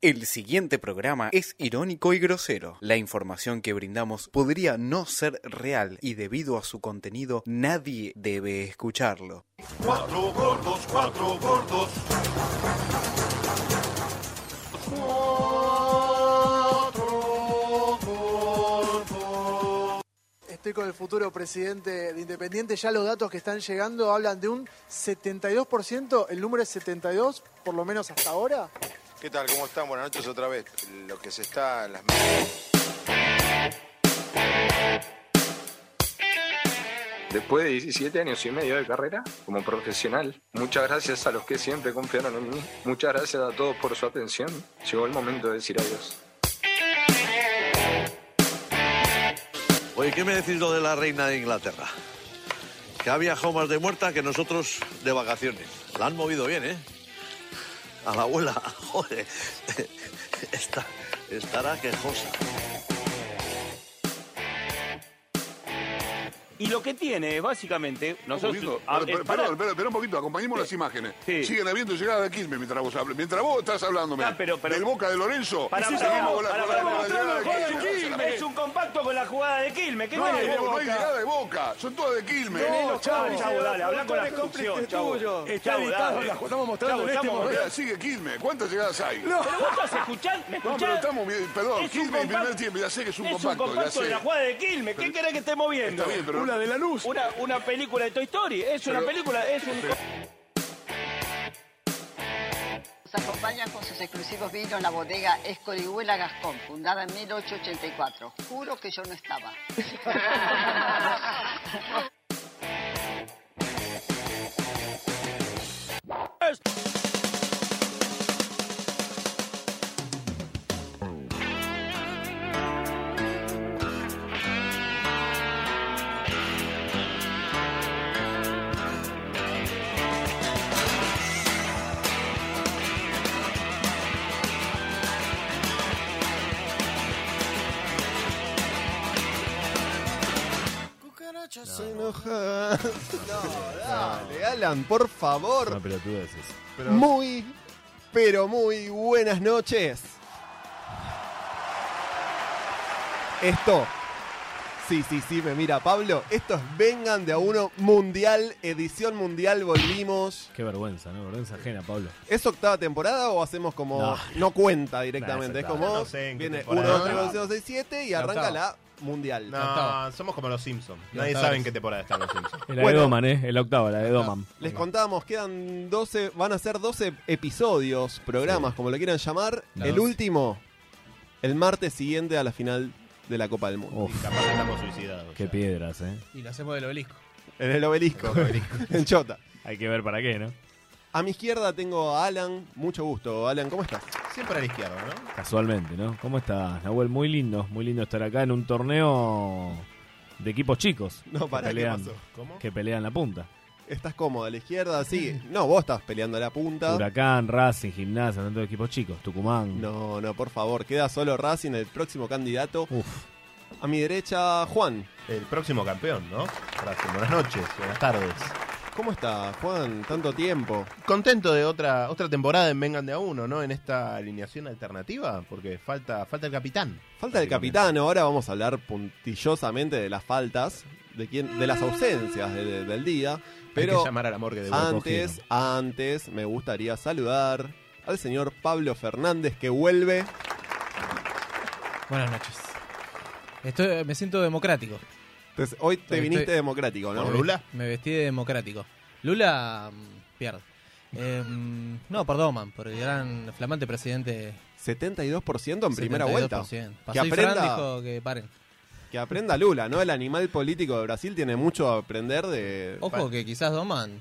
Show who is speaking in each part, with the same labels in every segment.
Speaker 1: El siguiente programa es irónico y grosero. La información que brindamos podría no ser real y debido a su contenido nadie debe escucharlo.
Speaker 2: Cuatro gordos, cuatro gordos. Cuatro gordos.
Speaker 3: Estoy con el futuro presidente de Independiente. Ya los datos que están llegando hablan de un 72%. El número es 72, por lo menos hasta ahora.
Speaker 4: ¿Qué tal? ¿Cómo están? Buenas noches otra vez. Lo que se está en las
Speaker 5: Después de 17 años y medio de carrera como profesional, muchas gracias a los que siempre confiaron en mí. Muchas gracias a todos por su atención. Llegó el momento de decir adiós.
Speaker 6: Oye, ¿qué me decís lo de la reina de Inglaterra? Que ha viajado más de muerta que nosotros de vacaciones. La han movido bien, ¿eh? A la abuela, joder. Está, estará quejosa.
Speaker 7: Y lo que tiene es básicamente.
Speaker 2: Un
Speaker 7: Nosotros.
Speaker 2: poquito.
Speaker 7: ah,
Speaker 2: Pero,
Speaker 7: es
Speaker 2: pero,
Speaker 7: para-
Speaker 2: pero, pero, pero un poquito, acompañemos las imágenes.
Speaker 7: Sí.
Speaker 2: Siguen habiendo llegada de Quilmes mientras vos hablas. Mientras vos estás hablándome
Speaker 7: Ah, pero- pero-
Speaker 2: del Boca de Lorenzo,
Speaker 7: para-
Speaker 2: seguimos
Speaker 7: para-
Speaker 2: con la-
Speaker 7: para-
Speaker 2: con
Speaker 7: para-
Speaker 2: la- con la llegada de
Speaker 7: para-
Speaker 2: Quilmes.
Speaker 7: Es un compacto con la jugada de Quilmes. ¿Qué
Speaker 2: No,
Speaker 7: tiene?
Speaker 2: hay- no hay llegada de Boca, son todas de Quilmes.
Speaker 7: No, chavo, chavo, dale, habla con la construcción, chavo. Está editado, estamos mostrando
Speaker 2: este Mirá, sigue Quilmes, ¿cuántas llegadas hay?
Speaker 7: Pero vos estás escuchando, ¿me
Speaker 2: No, pero
Speaker 7: escuchás?
Speaker 2: estamos bien. Perdón,
Speaker 7: Es un
Speaker 2: Quilmes en
Speaker 7: compacto.
Speaker 2: primer tiempo, ya sé que es un
Speaker 7: es un
Speaker 2: compacto. ya
Speaker 7: compacto
Speaker 2: sé.
Speaker 7: de la jugada de Quilmes. ¿Qué querés que estemos viendo?
Speaker 2: Está bien, pero- Una
Speaker 7: de la luz. Una, una película de Toy Story. Es una
Speaker 2: Pero-
Speaker 7: película, es un.
Speaker 8: Nos acompañan con sus exclusivos vinos la bodega Escorihuela Gascón, fundada en 1884. Juro que yo no estaba.
Speaker 9: Se enoja.
Speaker 10: Eh,
Speaker 9: Dale, Alan, por favor.
Speaker 11: Una pelotuda es eso.
Speaker 9: Muy, pero muy buenas noches. Esto. Sí, sí, sí, me mira Pablo. Esto es Vengan de a uno Mundial, edición mundial, volvimos.
Speaker 11: Qué vergüenza, ¿no? Vergüenza ajena, Pablo.
Speaker 9: ¿Es octava temporada o hacemos como no,
Speaker 11: No.
Speaker 9: cuenta directamente?
Speaker 11: No,
Speaker 9: es
Speaker 11: es
Speaker 9: como
Speaker 11: octava.
Speaker 10: No sé en qué
Speaker 9: viene 1,
Speaker 10: temporada
Speaker 9: 2, 3,
Speaker 10: estaba.
Speaker 9: 4, 6, 7 y
Speaker 11: La
Speaker 9: arranca la
Speaker 11: octava.
Speaker 9: mundial.
Speaker 10: No,
Speaker 11: octava.
Speaker 10: somos como los Simpsons.
Speaker 11: La
Speaker 10: Nadie
Speaker 11: octava
Speaker 10: sabe en
Speaker 11: es-
Speaker 10: qué temporada están los Simpsons.
Speaker 11: La
Speaker 9: Bueno.
Speaker 11: de Doman, ¿eh? El octava, la de Doman.
Speaker 9: Les contábamos, quedan 12, van a ser 12 episodios, programas, como lo quieran llamar.
Speaker 11: La
Speaker 9: el
Speaker 11: 12.
Speaker 9: último, el martes siguiente a la final de la Copa del Mundo.
Speaker 11: Uf,
Speaker 10: Capaz que estamos suicidados.
Speaker 11: qué
Speaker 10: ya.
Speaker 11: piedras, ¿eh?
Speaker 12: Y lo hacemos del obelisco.
Speaker 9: En el obelisco, en Chota.
Speaker 11: Hay que ver para qué, ¿no?
Speaker 9: A mi izquierda tengo a Alan, mucho gusto. Alan, ¿cómo estás?
Speaker 10: Siempre a la izquierda, ¿no?
Speaker 11: Casualmente, ¿no? ¿Cómo estás, Nahuel? Muy lindo, muy lindo estar acá en un torneo de equipos chicos.
Speaker 9: No, pará, ¿qué
Speaker 11: que pelean,
Speaker 9: pasó?
Speaker 10: ¿Cómo?
Speaker 11: que pelean la punta.
Speaker 9: ¿Estás cómodo a la izquierda? Sí. No, vos estás peleando la punta.
Speaker 11: Huracán, Racing, Gimnasia, tanto de equipos chicos.
Speaker 10: Mm.
Speaker 11: Tucumán.
Speaker 9: No, no, por favor, queda solo Racing, el próximo candidato.
Speaker 11: Uf.
Speaker 9: A mi derecha, Juan.
Speaker 10: El próximo campeón, ¿no? Gracias. Buenas noches, eh. buenas tardes.
Speaker 9: ¿Cómo estás, Juan? Tanto tiempo.
Speaker 10: Contento de otra otra temporada en Vengan de a uno, ¿no? En esta alineación alternativa, porque falta falta el capitán.
Speaker 9: Falta el capitán, ahora vamos a hablar puntillosamente de las faltas, de quién, de las ausencias de- de- del día.
Speaker 10: Pero Hay
Speaker 9: Pero
Speaker 10: que llamar a la morgue de vuelta.
Speaker 9: antes, antes me gustaría saludar al señor Pablo Fernández que vuelve.
Speaker 12: Buenas noches. Estoy, me siento democrático.
Speaker 9: Entonces, hoy te
Speaker 12: Estoy-
Speaker 9: viniste
Speaker 12: estoy-
Speaker 9: democrático,
Speaker 10: ¿Por
Speaker 9: ¿no?
Speaker 10: Lula?
Speaker 12: Me vestí de democrático. Lula mm, pierde. Eh, mm, no, por Doman, por el gran flamante presidente.
Speaker 9: 72% en primera
Speaker 12: 72%.
Speaker 9: vuelta.
Speaker 12: Pasó
Speaker 9: Que
Speaker 12: y Fran
Speaker 9: aprenda.
Speaker 12: dijo que paren.
Speaker 9: Que aprenda Lula, ¿no? El animal político de Brasil tiene mucho a aprender de...
Speaker 12: Ojo que quizás Doman.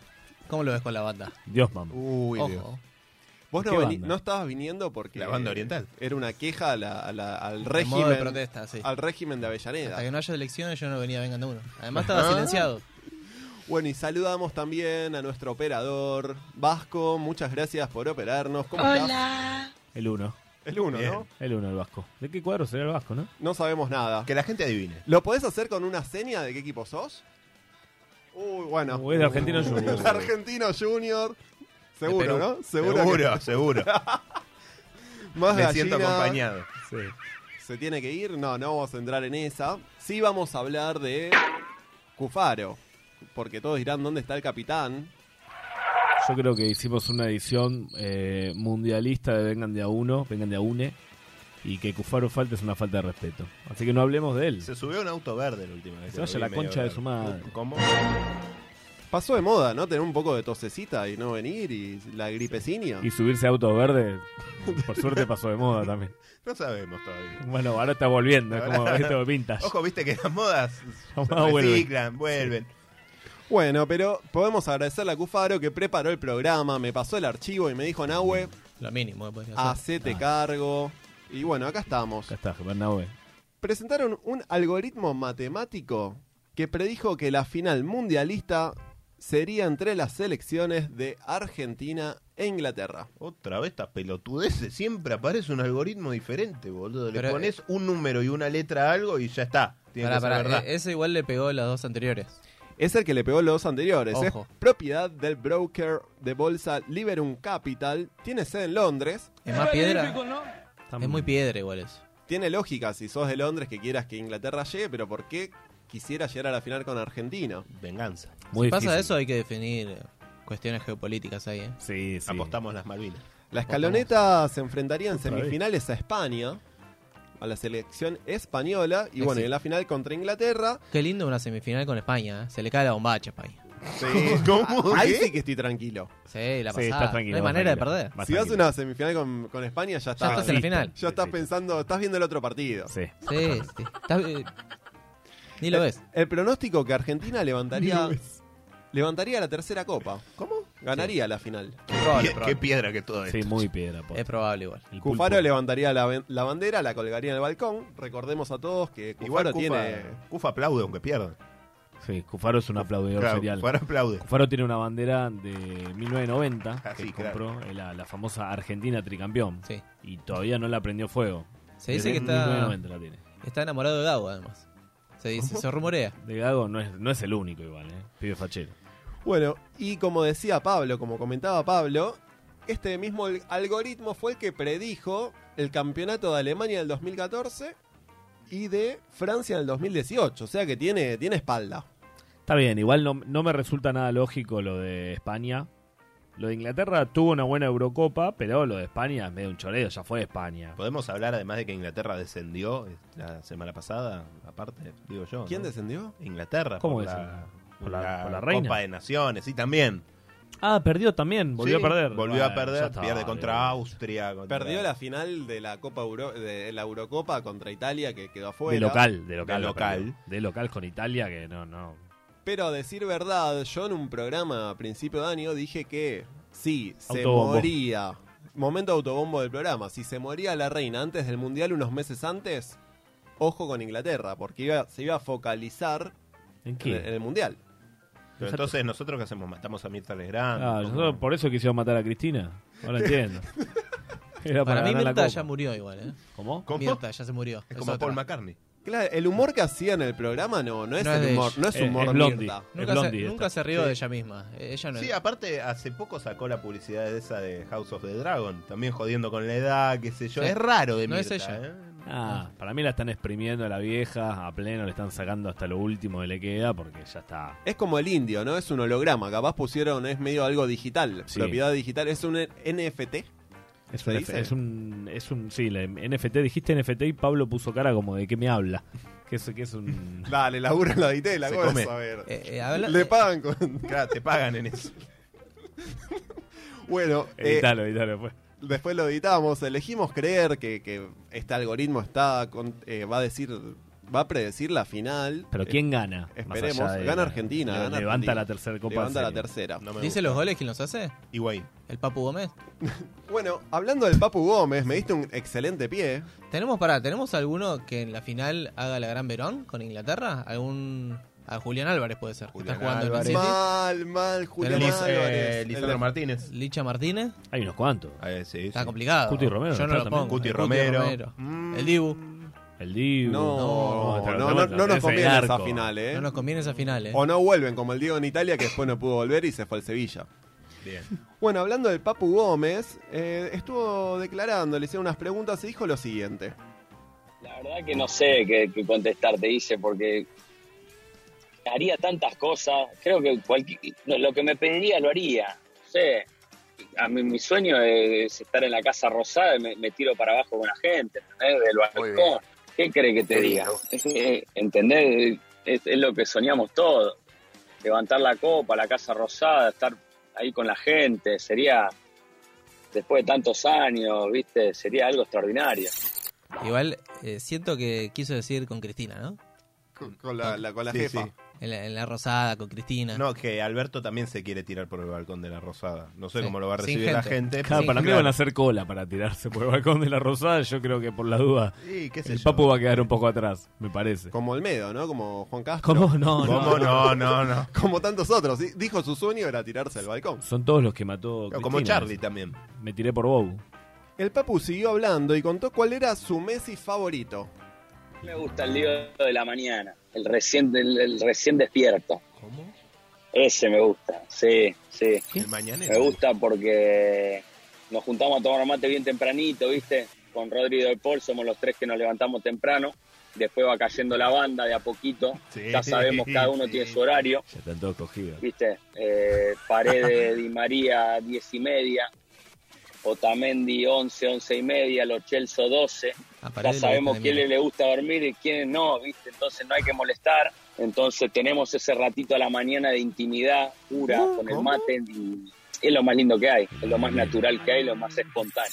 Speaker 12: ¿Cómo lo ves con la banda?
Speaker 11: Dios, mamá.
Speaker 9: Uy, Dios.
Speaker 12: Ojo.
Speaker 9: Vos no,
Speaker 11: ¿Qué
Speaker 9: veni-
Speaker 11: banda?
Speaker 9: no estabas viniendo porque...
Speaker 10: La banda oriental.
Speaker 9: Era una queja a la- a la- al
Speaker 12: En modo de
Speaker 9: régimen...
Speaker 12: protesta, sí.
Speaker 9: Al régimen de
Speaker 12: Hasta
Speaker 9: Avellaneda.
Speaker 12: que no haya elecciones yo no venía vengan de uno. Además estaba silenciado.
Speaker 9: Bueno, y saludamos también a nuestro operador, Vasco. Muchas gracias por operarnos. ¿Cómo estás?
Speaker 11: El uno.
Speaker 9: El uno, ¿no?
Speaker 11: El uno, el Vasco. ¿De qué cuadro será el Vasco, no?
Speaker 9: No sabemos nada.
Speaker 10: Que la gente adivine.
Speaker 9: ¿Lo podés hacer con una seña de qué equipo sos? Uy, bueno.
Speaker 11: Uy, de Argentino Junior.
Speaker 9: De Argentino Junior.
Speaker 12: De
Speaker 9: Seguro,
Speaker 12: Perú.
Speaker 9: ¿no? Seguro.
Speaker 10: Seguro, seguro.
Speaker 9: que- Más
Speaker 13: Me siento
Speaker 9: gallina.
Speaker 13: acompañado.
Speaker 9: Se tiene que ir. No, no vamos a entrar en esa. Sí vamos a hablar de Cufaro. Porque todos dirán dónde está el capitán.
Speaker 6: Yo creo que hicimos una edición eh, mundialista de Vengan de a uno, Vengan de a une, y que Cufaro falte es una falta de respeto. Así que no hablemos de él.
Speaker 13: Se subió a un auto verde la última vez.
Speaker 6: Se vaya
Speaker 13: Lo vi
Speaker 6: la
Speaker 13: medio
Speaker 6: concha de
Speaker 13: verde.
Speaker 6: su madre.
Speaker 13: ¿Cómo?
Speaker 9: Pasó de moda, ¿no? Tener un poco de tosecita y no venir y la gripecinia.
Speaker 6: Y subirse a autos verdes, por suerte pasó de moda también.
Speaker 13: No sabemos todavía.
Speaker 6: Bueno, ahora está volviendo, es como esto vintage.
Speaker 13: Ojo, viste que las modas se
Speaker 6: modas vuelven.
Speaker 13: reciclan, vuelven.
Speaker 9: Bueno, pero podemos agradecerle a Cufaro que preparó el programa, me pasó el archivo y me dijo, Nahue,
Speaker 8: Lo mínimo
Speaker 12: pues,
Speaker 8: que podría hacer.
Speaker 9: hacete
Speaker 8: Ah.
Speaker 9: cargo. Y bueno, acá estamos. Acá
Speaker 6: está, Bernabé.
Speaker 9: Presentaron un algoritmo matemático que predijo que la final mundialista sería entre las selecciones de Argentina e Inglaterra.
Speaker 13: Otra vez esta pelotudez, siempre aparece un algoritmo diferente, boludo. Le
Speaker 8: Pero, eh,
Speaker 13: pones un número y una letra a algo y ya está. Tiene
Speaker 8: Pará,
Speaker 13: que ser
Speaker 8: pará,
Speaker 13: verdad.
Speaker 8: e- ese igual le pegó las dos anteriores.
Speaker 9: Es el que le pegó los anteriores. Es
Speaker 8: Ojo.
Speaker 9: propiedad del broker de bolsa Liberum Capital. Tiene sede en Londres.
Speaker 8: Es más piedra. Es muy piedra igual eso.
Speaker 9: Tiene lógica si sos de Londres que quieras que Inglaterra llegue, pero ¿por qué quisiera llegar a la final con Argentina?
Speaker 13: Venganza.
Speaker 8: si pasa eso hay que definir eh, cuestiones geopolíticas ahí, ¿eh?
Speaker 6: Sí, sí.
Speaker 13: Apostamos las Malvinas.
Speaker 9: La escaloneta se enfrentaría en
Speaker 8: Otra vez.
Speaker 9: semifinales a España, a la selección española, y bueno,
Speaker 8: Exi-
Speaker 9: y en la final contra Inglaterra.
Speaker 8: Qué lindo una semifinal con España, ¿eh? Se le cae la bombacha a España.
Speaker 9: Ah, Ahí sí que estoy tranquilo.
Speaker 8: Sí, la Sí, pasada. estás tranquilo, No hay manera tranquilo. de perder. Más
Speaker 9: Si vas a
Speaker 8: tranquilo.
Speaker 9: una semifinal con, con España, ya estás.
Speaker 8: estás en la final.
Speaker 9: Ya estás pensando, estás viendo el otro partido.
Speaker 6: Sí.
Speaker 8: Sí, sí. Está- eh, Ni lo
Speaker 13: Eh,
Speaker 9: El-
Speaker 8: ves.
Speaker 9: El, pronóstico que Argentina
Speaker 8: Ni
Speaker 9: levantaría
Speaker 8: lo
Speaker 9: levantaría la tercera copa.
Speaker 13: ¿Cómo?
Speaker 9: Ganaría la final.
Speaker 8: Probable, Qué pie- probable. qué
Speaker 13: piedra que todo
Speaker 6: Sí, muy piedra. po.
Speaker 8: Es probable igual.
Speaker 9: Cufaro levantaría la, ben- la bandera, la colgaría en el balcón. Recordemos a todos que Cufaro
Speaker 13: Igual Cufa,
Speaker 9: tiene.
Speaker 13: Cufa aplaude aunque pierda.
Speaker 6: Sí, Cufaro es un aplaudidor
Speaker 13: Claro,
Speaker 6: serial.
Speaker 13: Cufaro aplaude.
Speaker 6: Cufaro tiene una bandera de 1990
Speaker 13: Ah, sí,
Speaker 6: que compró eh, la, la famosa Argentina tricampeón. Y todavía no la prendió fuego.
Speaker 8: Se dice
Speaker 6: Desde
Speaker 8: que está,
Speaker 6: 1990 la tiene.
Speaker 8: está enamorado de Gago, además. Se dice, se rumorea.
Speaker 6: De Gago no es, no es el único igual, ¿eh? Pibe fachero.
Speaker 9: Bueno, y como decía Pablo, como comentaba Pablo, este mismo al- algoritmo fue el que predijo el campeonato de Alemania del 2014 y de Francia del 2018. O sea que tiene, tiene espalda.
Speaker 6: Está bien, igual no, no me resulta nada lógico lo de España. Lo de Inglaterra tuvo una buena Eurocopa, pero lo de España es medio un choreo, ya fue España.
Speaker 13: Podemos hablar además de que Inglaterra descendió eh, la semana pasada, aparte, digo yo.
Speaker 9: ¿Quién
Speaker 13: ¿no?
Speaker 9: descendió?
Speaker 13: Inglaterra.
Speaker 6: ¿Cómo
Speaker 13: por la,
Speaker 6: descendió? ¿Por la- por la
Speaker 13: Copa
Speaker 6: reina?
Speaker 13: de Naciones, sí, también.
Speaker 6: Ah, perdió también, volvió
Speaker 13: Sí,
Speaker 6: a perder.
Speaker 13: Volvió a
Speaker 6: Bueno,
Speaker 13: perder,
Speaker 6: ya está,
Speaker 13: pierde
Speaker 6: digo.
Speaker 13: contra Austria. contra-
Speaker 9: Perdió la final de la Copa Euro- de la Eurocopa contra Italia que quedó afuera.
Speaker 6: De local, de local.
Speaker 13: De
Speaker 6: lo
Speaker 13: local. Eh,
Speaker 6: perdió. De local con Italia, que no, no.
Speaker 9: Pero a decir verdad, yo en un programa a principio de año dije que sí, se
Speaker 6: Autobombo.
Speaker 9: moría. Momento autobombo del programa. Si se moría la reina antes del mundial, unos meses antes, ojo con Inglaterra, porque iba- se iba a focalizar
Speaker 6: ¿En qué?
Speaker 9: el, en el mundial.
Speaker 13: Pero entonces, ¿nosotros qué hacemos? ¿Matamos a Mirta Legrand?
Speaker 6: Ah, nosotros por eso quisimos matar a Cristina. Ahora entiendo. Era
Speaker 8: Para, mí
Speaker 6: ganar la
Speaker 8: Mirta
Speaker 6: Copa.
Speaker 8: ya murió igual, ¿eh?
Speaker 6: ¿Cómo?
Speaker 13: ¿Cómo?
Speaker 8: Mirta ya se murió.
Speaker 13: Es como
Speaker 8: otra.
Speaker 13: Paul McCartney.
Speaker 9: Claro, el humor que hacía en el programa no, no es
Speaker 8: No es
Speaker 9: el
Speaker 8: de
Speaker 9: humor,
Speaker 8: ella.
Speaker 9: no es
Speaker 8: Es-
Speaker 9: humor
Speaker 8: es Blondie.
Speaker 9: Mirta.
Speaker 8: Nunca se- nunca se rió de ella misma. Ella no
Speaker 13: Sí, aparte, hace poco sacó la publicidad de esa de House of the Dragon. También jodiendo con la edad, qué sé yo.
Speaker 8: Sí.
Speaker 13: Es raro de
Speaker 8: No es
Speaker 13: Mirta.
Speaker 8: ella.
Speaker 13: ¿eh?
Speaker 6: Ah, para mí la están exprimiendo a la vieja a pleno, le están sacando hasta lo último que le queda porque ya está.
Speaker 9: Es como el indio, ¿no? Es un holograma. Capaz pusieron, es medio algo digital,
Speaker 6: Sí.
Speaker 9: propiedad digital. Es un NFT.
Speaker 6: Es
Speaker 9: ¿Se
Speaker 6: un,
Speaker 9: dice?
Speaker 6: es un. es un- Sí, la NFT. Dijiste NFT y Pablo puso cara como de qué me habla. Que es, que es un.
Speaker 9: Dale, labura en la ditela,
Speaker 13: Se
Speaker 9: ¿cómo vas
Speaker 13: come.
Speaker 9: a ver?
Speaker 8: Eh, eh, habla-
Speaker 9: Le
Speaker 8: eh,
Speaker 9: pagan con...
Speaker 13: Claro, te pagan en eso.
Speaker 9: Bueno, eh,
Speaker 6: Editalo, editalo pues. después.
Speaker 9: después lo editamos. Elegimos creer que, que este algoritmo está con- eh, va a decir, va a predecir la final.
Speaker 6: Pero ¿quién gana?
Speaker 9: Eh,
Speaker 6: Más
Speaker 9: Esperemos.
Speaker 6: allá de-
Speaker 9: gana Argentina.
Speaker 6: le-
Speaker 9: gana
Speaker 6: levanta
Speaker 9: Argentina.
Speaker 6: la tercera copa
Speaker 9: Levanta
Speaker 6: en
Speaker 9: la
Speaker 6: serio.
Speaker 9: tercera.
Speaker 8: ¿Dice los goles quién los hace?
Speaker 13: Igual.
Speaker 8: ¿El Papu Gómez?
Speaker 9: Bueno, hablando del Papu Gómez, me diste un excelente
Speaker 6: eh.
Speaker 9: pie.
Speaker 8: ¿Tenemos, pará, ¿tenemos alguno que en la final haga la gran Verón con Inglaterra? ¿Algún. A Julián Álvarez puede ser. que
Speaker 13: Julián
Speaker 8: está jugando
Speaker 13: Álvarez.
Speaker 8: en el City.
Speaker 9: Mal, mal, Julián
Speaker 8: Tenemos, eh,
Speaker 9: Álvarez.
Speaker 13: Lisandro
Speaker 9: El-
Speaker 13: Martínez.
Speaker 8: Licha Martínez.
Speaker 6: Hay unos cuantos.
Speaker 8: Está complicado.
Speaker 6: Cuti Romero,
Speaker 8: Yo
Speaker 6: está
Speaker 8: no lo
Speaker 6: también.
Speaker 8: pongo.
Speaker 6: Cuti
Speaker 8: El
Speaker 6: Romero.
Speaker 8: El Dibu.
Speaker 6: El Dibu.
Speaker 9: No,
Speaker 6: pero
Speaker 9: no,
Speaker 6: estamos-
Speaker 9: no, no nos
Speaker 6: es
Speaker 9: conviene
Speaker 6: el
Speaker 9: esa
Speaker 6: arco.
Speaker 9: final, ¿eh?
Speaker 8: No nos conviene esa final, ¿eh?
Speaker 9: O no vuelven, como el Diego en Italia, que después no pudo volver y se fue al Sevilla.
Speaker 14: Bien.
Speaker 9: Bueno, hablando del Papu Gómez, eh, estuvo declarando, le hicieron unas preguntas y dijo lo siguiente.
Speaker 5: La verdad que no sé qué, qué contestar, te hice, porque haría tantas cosas. Creo que cualquier, no, lo que me pediría lo haría. No sé. A mí, mi sueño es estar en la Casa Rosada y me, me tiro para abajo con la gente, ¿entendés? Del balcón. ¿Qué crees que te
Speaker 15: Qué
Speaker 5: diga?
Speaker 15: lindo.
Speaker 5: Es que, ¿Entendés? Es, es lo que soñamos todos. Levantar la copa, la Casa Rosada, Ah, estar ahí con la gente. Sería, después de tantos años, ¿viste? Sería algo extraordinario.
Speaker 7: Igual eh, siento que quiso decir con Cristina, ¿no?
Speaker 14: Con, la, con la jefa.
Speaker 7: En, la, en la rosada, con Cristina.
Speaker 14: No, que Eh, Alberto también se quiere tirar por el balcón de la Rosada. No sé
Speaker 7: Sí.
Speaker 14: cómo lo va a
Speaker 7: Sin
Speaker 14: recibir la gente.
Speaker 6: Claro,
Speaker 14: pero-
Speaker 6: para mí van a hacer cola para tirarse por el balcón de la Rosada. Yo creo que por la duda
Speaker 14: Sí, qué sé
Speaker 6: el
Speaker 14: yo.
Speaker 6: Papu va a quedar un poco atrás, me parece.
Speaker 9: Como Olmedo, ¿no? Como Juan Castro.
Speaker 6: ¿Cómo? No, no.
Speaker 14: ¿Cómo? No, no, no.
Speaker 9: Como tantos otros. Di- Dijo su sueño era tirarse al balcón.
Speaker 6: Son todos los que mató.
Speaker 9: Claro, como
Speaker 6: Cristina.
Speaker 9: Charlie también.
Speaker 6: Me tiré por Bow.
Speaker 9: El Papu siguió hablando y contó cuál era su Messi favorito.
Speaker 5: Me gusta el lío de la mañana, el recién, el, el recién despierto. ¿Cómo? Ese me gusta, sí, sí.
Speaker 14: El mañanero.
Speaker 5: Me gusta porque nos juntamos a tomar mate bien tempranito, ¿viste? Con Rodrigo de Paul somos los tres que nos levantamos temprano. Después va cayendo la banda de a poquito. ya sabemos, cada uno tiene su horario.
Speaker 6: Ya están todos cogidos.
Speaker 5: ¿Viste? Eh, Paredes, Di María, 10 y media. Otamendi, 11, 11 y media. Los Chelso, 12. Ya
Speaker 6: Ah,
Speaker 7: Paredes le
Speaker 5: sabemos
Speaker 7: gusta de
Speaker 5: quién
Speaker 7: mierda.
Speaker 5: le gusta dormir y quién no, ¿viste? Entonces no hay que molestar. Entonces tenemos ese ratito a la mañana de intimidad pura con el mate. y es lo más lindo que hay, es lo más natural que hay, lo más espontáneo.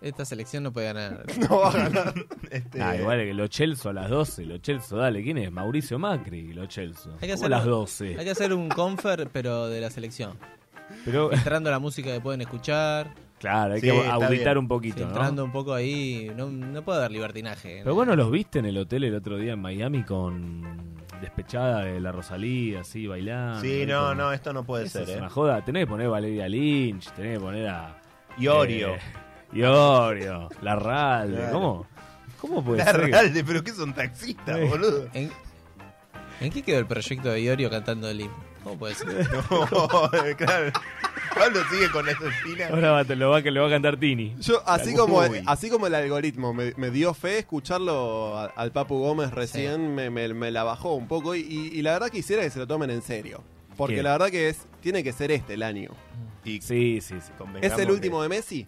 Speaker 7: Esta selección no puede ganar.
Speaker 14: No va a ganar. Este,
Speaker 6: Ah, igual que los Chelsea a las 12. Los Chelsea, dale, ¿quién es? Mauricio Macri, los Chelsea.
Speaker 7: Hay que
Speaker 6: ¿Cómo
Speaker 7: hacer
Speaker 6: a las
Speaker 7: un-
Speaker 6: 12.
Speaker 7: Hay que hacer un confer, pero de la selección.
Speaker 6: Pero-
Speaker 7: Entrando la música que pueden escuchar.
Speaker 6: Claro, hay que Sí, está auditar bien. un poquito, ¿no?
Speaker 7: Entrando un poco ahí. No, no puede haber libertinaje.
Speaker 6: Pero bueno, los viste en el hotel el otro día en Miami con despechada de la Rosalía, así bailando.
Speaker 14: Sí,
Speaker 6: ahí
Speaker 14: no,
Speaker 6: con-
Speaker 14: no, esto no puede
Speaker 6: Esa
Speaker 14: ser,
Speaker 6: Es
Speaker 14: ¿eh?
Speaker 6: una joda. Tenés que poner a Valeria Lynch, tenés que poner a.
Speaker 14: Iorio.
Speaker 6: eh, Iorio, Larralde.
Speaker 14: Claro.
Speaker 6: ¿Cómo? ¿Cómo puede ser? que-
Speaker 14: Larralde, pero que son taxistas,
Speaker 6: eh, Sí.
Speaker 14: boludo.
Speaker 7: ¿En, en qué quedó el proyecto de Iorio cantando el himno? ¿Cómo puede ser?
Speaker 14: No, claro. Pablo sigue con esa espina.
Speaker 6: Ahora va- te lo va, que lo va a cantar Tini.
Speaker 9: Yo, así
Speaker 6: Uy.
Speaker 9: como, el, así como el algoritmo me, me dio fe escucharlo a- al Papu Gómez recién, me, me- me la bajó un poco y, y la verdad quisiera que se lo tomen en serio. Porque
Speaker 6: ¿Qué?
Speaker 9: la verdad que es tiene que ser este el año.
Speaker 6: Sí, sí, sí.
Speaker 9: ¿Es el último de Messi?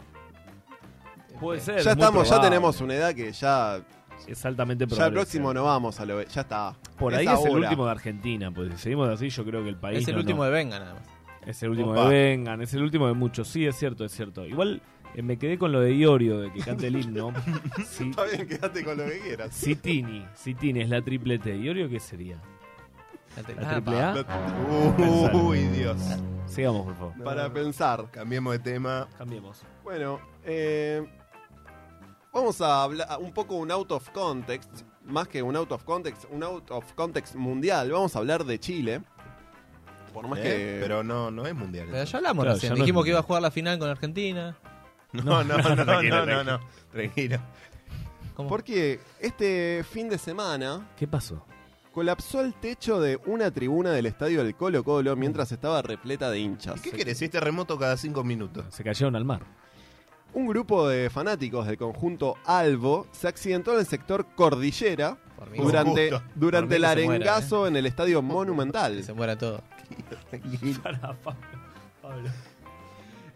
Speaker 6: Puede ser.
Speaker 9: ya
Speaker 6: muy
Speaker 9: estamos, ya
Speaker 6: probable.
Speaker 9: tenemos una edad que ya...
Speaker 6: Es altamente
Speaker 9: Ya el
Speaker 6: probable,
Speaker 9: próximo
Speaker 6: sí.
Speaker 9: no vamos a lo... Ya está.
Speaker 6: Por ahí es
Speaker 9: ahora.
Speaker 6: el último de Argentina, pues si seguimos así, yo creo que el país.
Speaker 7: Es el
Speaker 6: no-
Speaker 7: último
Speaker 6: no.
Speaker 7: de Venga, nada más.
Speaker 6: Es el último
Speaker 7: Opa.
Speaker 6: de Vengan, es el último de muchos. Sí, es cierto, es cierto. Igual eh, me quedé con lo de Iorio, de que cante el himno. Si,
Speaker 9: Está bien, quédate con lo que quieras.
Speaker 6: si Tini, si Tini es la triple T, ¿Iorio qué sería?
Speaker 16: Ah,
Speaker 6: ¿La
Speaker 7: ah,
Speaker 6: triple A?
Speaker 14: La- Uy, Dios.
Speaker 6: Sigamos, por favor.
Speaker 9: Para pensar.
Speaker 14: Cambiemos de tema.
Speaker 6: Cambiemos.
Speaker 9: Bueno, eh, vamos a hablar un poco un out of context, más que un out of context, un out of context mundial. Vamos a hablar de Chile. Por más
Speaker 14: ¿Eh?
Speaker 9: que.
Speaker 14: Pero no, no es mundial.
Speaker 7: Pero
Speaker 14: eso.
Speaker 7: ya hablamos recién. Dijimos que iba a jugar la final con Argentina.
Speaker 14: No, no, no, no,
Speaker 7: tranquilo,
Speaker 14: no, no,
Speaker 7: tranquilo.
Speaker 14: no. Tranquilo.
Speaker 9: Porque este fin de semana
Speaker 6: ¿Qué pasó?
Speaker 9: colapsó el techo de una tribuna del estadio del Colo Colo mientras estaba repleta de hinchas.
Speaker 14: ¿Qué querés? Si es terremoto cada cinco minutos.
Speaker 6: Se cayeron al mar.
Speaker 9: Un grupo de fanáticos del conjunto Albo se accidentó en el sector Cordillera
Speaker 7: mí que
Speaker 9: durante,
Speaker 7: se muera. Por mí
Speaker 9: durante el
Speaker 7: que se muera,
Speaker 9: arengazo
Speaker 14: ¿eh?
Speaker 9: en el estadio Monumental.
Speaker 7: Se muera todo.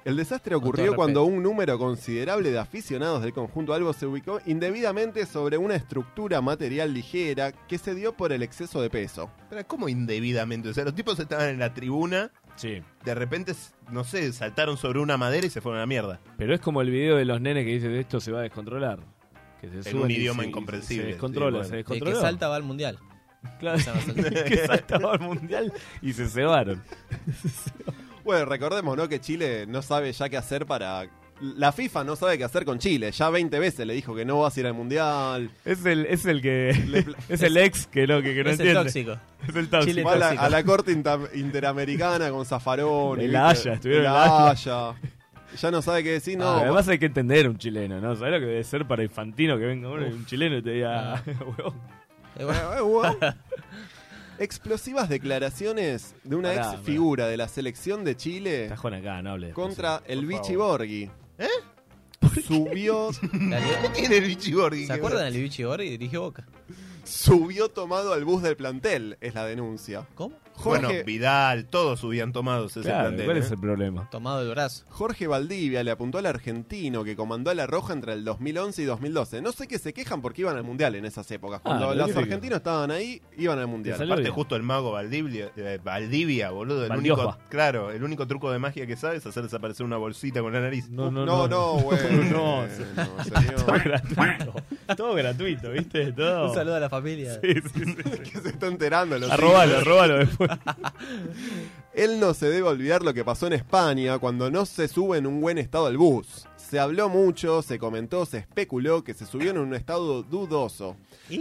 Speaker 9: El desastre
Speaker 7: todo
Speaker 9: ocurrió
Speaker 7: respeto.
Speaker 9: cuando un número considerable de aficionados del conjunto Albo se ubicó indebidamente sobre una estructura material ligera que se dio por el exceso de peso.
Speaker 14: Pero ¿cómo indebidamente? O sea, los tipos estaban en la tribuna.
Speaker 6: Sí.
Speaker 14: De repente, s- no sé, saltaron sobre una madera y se fueron a la mierda.
Speaker 6: Pero es como el video de los nenes que dice esto se va a descontrolar. Que se
Speaker 14: En
Speaker 6: suben
Speaker 14: un
Speaker 6: y
Speaker 14: idioma
Speaker 6: se- y
Speaker 14: incomprensible,
Speaker 6: Se descontrola,
Speaker 14: sí,
Speaker 6: se
Speaker 14: bueno.
Speaker 7: El
Speaker 6: descontrola.
Speaker 7: que salta va al mundial.
Speaker 6: Claro.
Speaker 7: Esa va a ser-
Speaker 6: que saltaba al mundial y se cebaron.
Speaker 9: Bueno, recordemos, ¿no? Que Chile no sabe ya qué hacer para. La FIFA no sabe qué hacer con Chile. Ya 20 veces le dijo que no vas a ir al mundial.
Speaker 6: Es el, es el que. es el ex que no, que, que no
Speaker 9: es el
Speaker 6: entiende.
Speaker 9: tóxico.
Speaker 6: Es el tóxico.
Speaker 9: Va a la, a la corte inter- interamericana con Zafarón.
Speaker 6: En La Haya, estuvieron en La
Speaker 9: La Haya. Ya no sabe qué decir, no.
Speaker 6: Ah, además hay que entender a un chileno, ¿no? ¿Sabes lo que debe ser para infantino que venga uno y un chileno y te diga, "Huevón"?
Speaker 9: Eh, bueno, eh, bueno. Explosivas declaraciones de una
Speaker 6: Pará,
Speaker 9: ex
Speaker 6: pará.
Speaker 9: figura de la selección de Chile
Speaker 6: Tajón acá, no hable. de
Speaker 9: contra
Speaker 6: explosivos,
Speaker 9: el
Speaker 6: por
Speaker 9: Vichy
Speaker 6: favor.
Speaker 9: Borghi. ¿Eh? Subió.
Speaker 16: ¿Qué
Speaker 17: tiene el Vichy Borghi?
Speaker 16: ¿Se acuerdan del Vichy Borghi? Dirige Boca.
Speaker 9: Subió tomado al bus del plantel, es la denuncia.
Speaker 16: ¿Cómo?
Speaker 9: Jorge,
Speaker 17: Bueno, Vidal, todos subían tomados ese
Speaker 9: Claro,
Speaker 17: plantel.
Speaker 9: ¿cuál
Speaker 17: ¿eh?
Speaker 9: es el
Speaker 6: problema?
Speaker 16: Tomado el brazo.
Speaker 9: Jorge Valdivia le apuntó al argentino que comandó a la Roja entre el 2011 y 2012. No sé qué se quejan porque iban al mundial en esas épocas.
Speaker 6: Ah,
Speaker 9: Cuando
Speaker 17: pero
Speaker 9: los
Speaker 17: ¿qué te
Speaker 9: argentinos estaban ahí, iban al
Speaker 17: Mundial.
Speaker 9: mundial.
Speaker 17: Aparte, Este justo el mago Valdivia, eh, Valdivia boludo. El
Speaker 9: Valdioja.
Speaker 17: único, claro, el único truco de magia que sabe es hacer desaparecer una bolsita con la nariz.
Speaker 6: No, no,
Speaker 9: No, no, güey.
Speaker 6: No,
Speaker 9: Eh,
Speaker 6: se-
Speaker 9: no, señor.
Speaker 6: Todo gratuito. Todo gratuito, ¿viste? Todo.
Speaker 16: Un saludo a la familia.
Speaker 6: Sí, sí, sí, sí.
Speaker 9: que se está enterando. Los
Speaker 6: Arrobalo,
Speaker 9: hijos.
Speaker 6: arrobalo después.
Speaker 9: Él no se debe olvidar lo que pasó en España cuando no se sube en un buen estado al bus. Se habló mucho, se comentó, se especuló que se subió en un estado dudoso.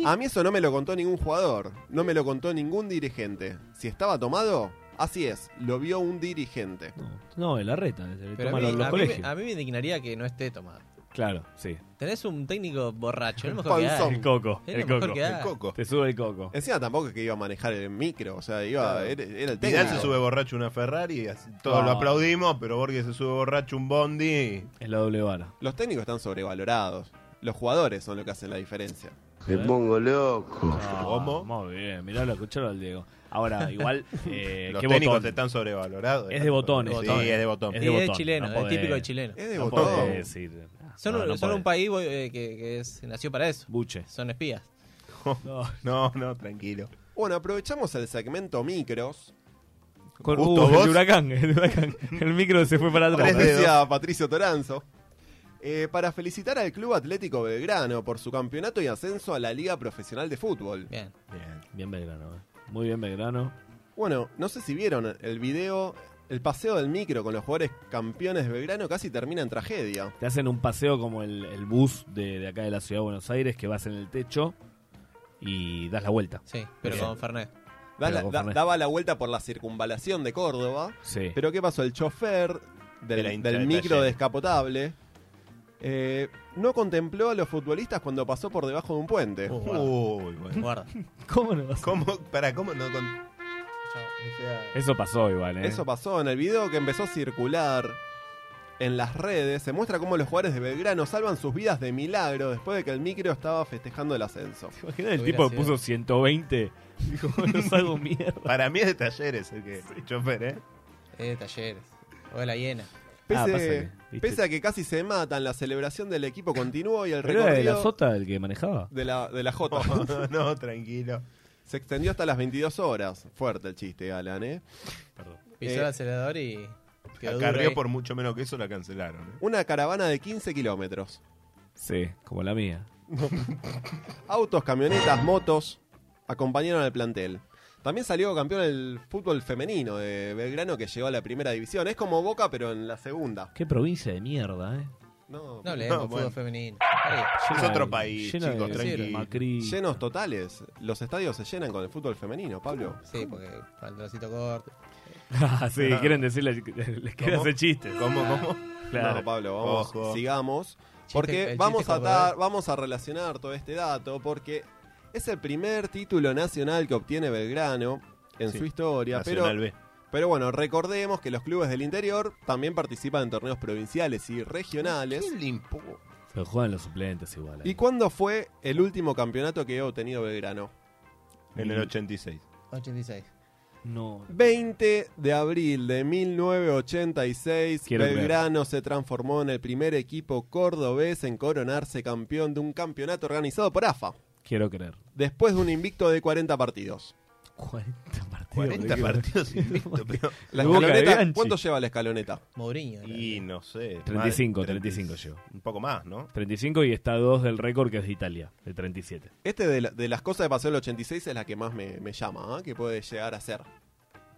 Speaker 9: A mí eso no me lo contó ningún jugador, no me lo contó ningún dirigente. Si estaba tomado, así es, lo vio un dirigente.
Speaker 6: No, en la reta. Ah, se le
Speaker 16: Pero a
Speaker 6: toman
Speaker 16: mí,
Speaker 6: los
Speaker 16: a mí
Speaker 6: colegios.
Speaker 16: me- a mí me indignaría que no esté tomado.
Speaker 6: Claro, sí.
Speaker 16: Tenés un técnico borracho, es lo mejor que hay.
Speaker 6: El coco.
Speaker 16: Es
Speaker 6: El,
Speaker 16: lo mejor
Speaker 6: coco.
Speaker 16: que hay.
Speaker 6: Te sube el coco.
Speaker 9: Encima tampoco es que iba a manejar el micro, o sea, iba,
Speaker 17: Claro.
Speaker 9: era, era el técnico.
Speaker 17: Vidal se sube borracho una Ferrari y así- todos
Speaker 9: No.
Speaker 17: lo aplaudimos, pero Borges se sube borracho un Bondi. y-
Speaker 6: Es la doble vara.
Speaker 9: Los técnicos están sobrevalorados. Los jugadores son lo que hacen la diferencia.
Speaker 6: Me
Speaker 9: pongo loco.
Speaker 6: Ah, Muy bien, mirá lo escucharon al Diego. Ahora, igual. Eh,
Speaker 17: Los
Speaker 6: ¿qué
Speaker 17: técnicos
Speaker 6: botón?
Speaker 17: están sobrevalorados.
Speaker 6: Es de botones.
Speaker 17: Sí, es de botón.
Speaker 6: Es
Speaker 16: Y
Speaker 6: de
Speaker 16: es
Speaker 6: botón.
Speaker 16: chileno, es
Speaker 6: podés-
Speaker 16: típico de chileno. Es de
Speaker 6: no
Speaker 16: botón.
Speaker 6: podés decir.
Speaker 16: Son,
Speaker 6: No,
Speaker 16: un,
Speaker 6: no
Speaker 16: son
Speaker 6: podés.
Speaker 16: un país eh, que, que es- nació para eso.
Speaker 6: Buche.
Speaker 16: Son espías.
Speaker 17: No, no, tranquilo.
Speaker 9: Bueno, aprovechamos el segmento micros.
Speaker 6: Con-
Speaker 9: Justo
Speaker 6: uh,
Speaker 9: vos.
Speaker 6: el huracán, el huracán. El micro se fue para atrás.
Speaker 9: Tres decía Patricio Toranzo. Eh, para felicitar al Club Atlético Belgrano por su campeonato y ascenso a la Liga Profesional de Fútbol.
Speaker 16: Bien.
Speaker 6: Bien, bien Belgrano. eh. Muy bien Belgrano.
Speaker 9: Bueno, no sé si vieron el video, el paseo del micro con los jugadores campeones de Belgrano casi termina en tragedia.
Speaker 6: Te hacen un paseo como el, el bus de, de acá de la ciudad de Buenos Aires que vas en el techo y das la vuelta.
Speaker 16: Sí, pero
Speaker 6: Eso.
Speaker 16: con Fernet.
Speaker 9: Da
Speaker 6: Pero
Speaker 9: la-
Speaker 6: con
Speaker 9: da-
Speaker 6: Fernet.
Speaker 9: daba la vuelta por la circunvalación de Córdoba.
Speaker 6: Sí.
Speaker 9: Pero ¿qué pasó? El chofer
Speaker 6: Era
Speaker 9: del,
Speaker 6: hincha
Speaker 9: del
Speaker 6: de
Speaker 9: micro
Speaker 6: Talleres.
Speaker 9: descapotable eh, no contempló a los futbolistas cuando pasó por debajo de un puente.
Speaker 17: Uy, bueno.
Speaker 16: Guarda.
Speaker 6: ¿Cómo no
Speaker 17: ¿Cómo, para, ¿cómo no con- O sea,
Speaker 6: Eso pasó igual, ¿eh?
Speaker 9: Eso pasó en el video que empezó a circular en las redes. Se muestra cómo los jugadores de Belgrano salvan sus vidas de milagro después de que el micro estaba festejando el ascenso.
Speaker 6: Imagina el tipo que puso 120. Dijo, los hago mierda.
Speaker 17: Para mí es de talleres el que el chofer, ¿eh?
Speaker 16: Es de talleres. O de la hiena.
Speaker 6: Ah, pasa
Speaker 9: Pese,
Speaker 6: que, viste.
Speaker 9: pese a que casi se matan, la celebración del equipo continuó y el
Speaker 6: ¿Pero era de la
Speaker 9: recorrido
Speaker 6: sota el que manejaba?
Speaker 9: de la, de la J
Speaker 17: No, no, tranquilo.
Speaker 9: se extendió hasta las 22 horas. Fuerte el chiste, Alan, ¿eh?
Speaker 16: Pisó
Speaker 9: Eh,
Speaker 16: el acelerador y. quedó duro
Speaker 17: Acarreó
Speaker 16: ahí.
Speaker 17: por mucho menos que eso, la cancelaron. ¿eh?
Speaker 9: Una caravana de 15 kilómetros.
Speaker 6: Sí, como la mía.
Speaker 9: Autos, camionetas, motos acompañaron al plantel. También salió campeón el fútbol femenino de Belgrano que llegó a la primera división. Es como Boca, pero en la segunda.
Speaker 6: Qué provincia de mierda, ¿eh?
Speaker 9: No,
Speaker 16: No hablemos
Speaker 9: no,
Speaker 16: de
Speaker 9: bueno.
Speaker 16: fútbol femenino.
Speaker 6: Llena de- llena de- Macri.
Speaker 9: Llenos totales. Los estadios se llenan con el fútbol femenino, Pablo.
Speaker 16: Sí, porque para el trocito corto.
Speaker 6: Ah, sí, quieren decirle, les quieren hacer chistes.
Speaker 17: ¿Cómo, cómo?
Speaker 6: Claro.
Speaker 9: No, Pablo, vamos,
Speaker 17: Ojo.
Speaker 9: sigamos.
Speaker 16: Chiste- el
Speaker 9: Porque
Speaker 16: chiste
Speaker 9: vamos a,
Speaker 16: cordobés.
Speaker 9: atar, vamos a relacionar todo este dato, porque es el primer título nacional que obtiene Belgrano en
Speaker 17: Sí,
Speaker 9: su historia. Pero,
Speaker 17: Nacional B.
Speaker 9: pero bueno, recordemos que los clubes del interior también participan en torneos provinciales y regionales.
Speaker 6: Pero juegan los suplentes igual. ahí.
Speaker 9: ¿Y cuándo fue el último campeonato que ha obtenido Belgrano?
Speaker 17: En el 86.
Speaker 16: 86.
Speaker 6: No.
Speaker 9: 20 de abril de 1986,
Speaker 6: Quiero creer.
Speaker 9: Belgrano se transformó en el primer equipo cordobés en coronarse campeón de un campeonato organizado por AFA,
Speaker 6: Quiero creer.
Speaker 9: después de un invicto de 40 partidos.
Speaker 6: 40 partidos.
Speaker 17: 40
Speaker 6: digo.
Speaker 17: partidos invicto, pero-
Speaker 9: La
Speaker 6: Boca de
Speaker 9: escaloneta,
Speaker 6: Bianchi.
Speaker 9: ¿Cuánto lleva la escaloneta?
Speaker 16: Mourinho.
Speaker 17: Y no sé.
Speaker 6: 35,
Speaker 17: madre,
Speaker 6: 35 llevo.
Speaker 17: Un poco más, ¿no?
Speaker 6: 35 y está a 2 del récord que es de Italia, de 37.
Speaker 9: Este de, la- de las cosas que pasó en el 86 es la que más me, me llama, ¿ah? que puede llegar a ser.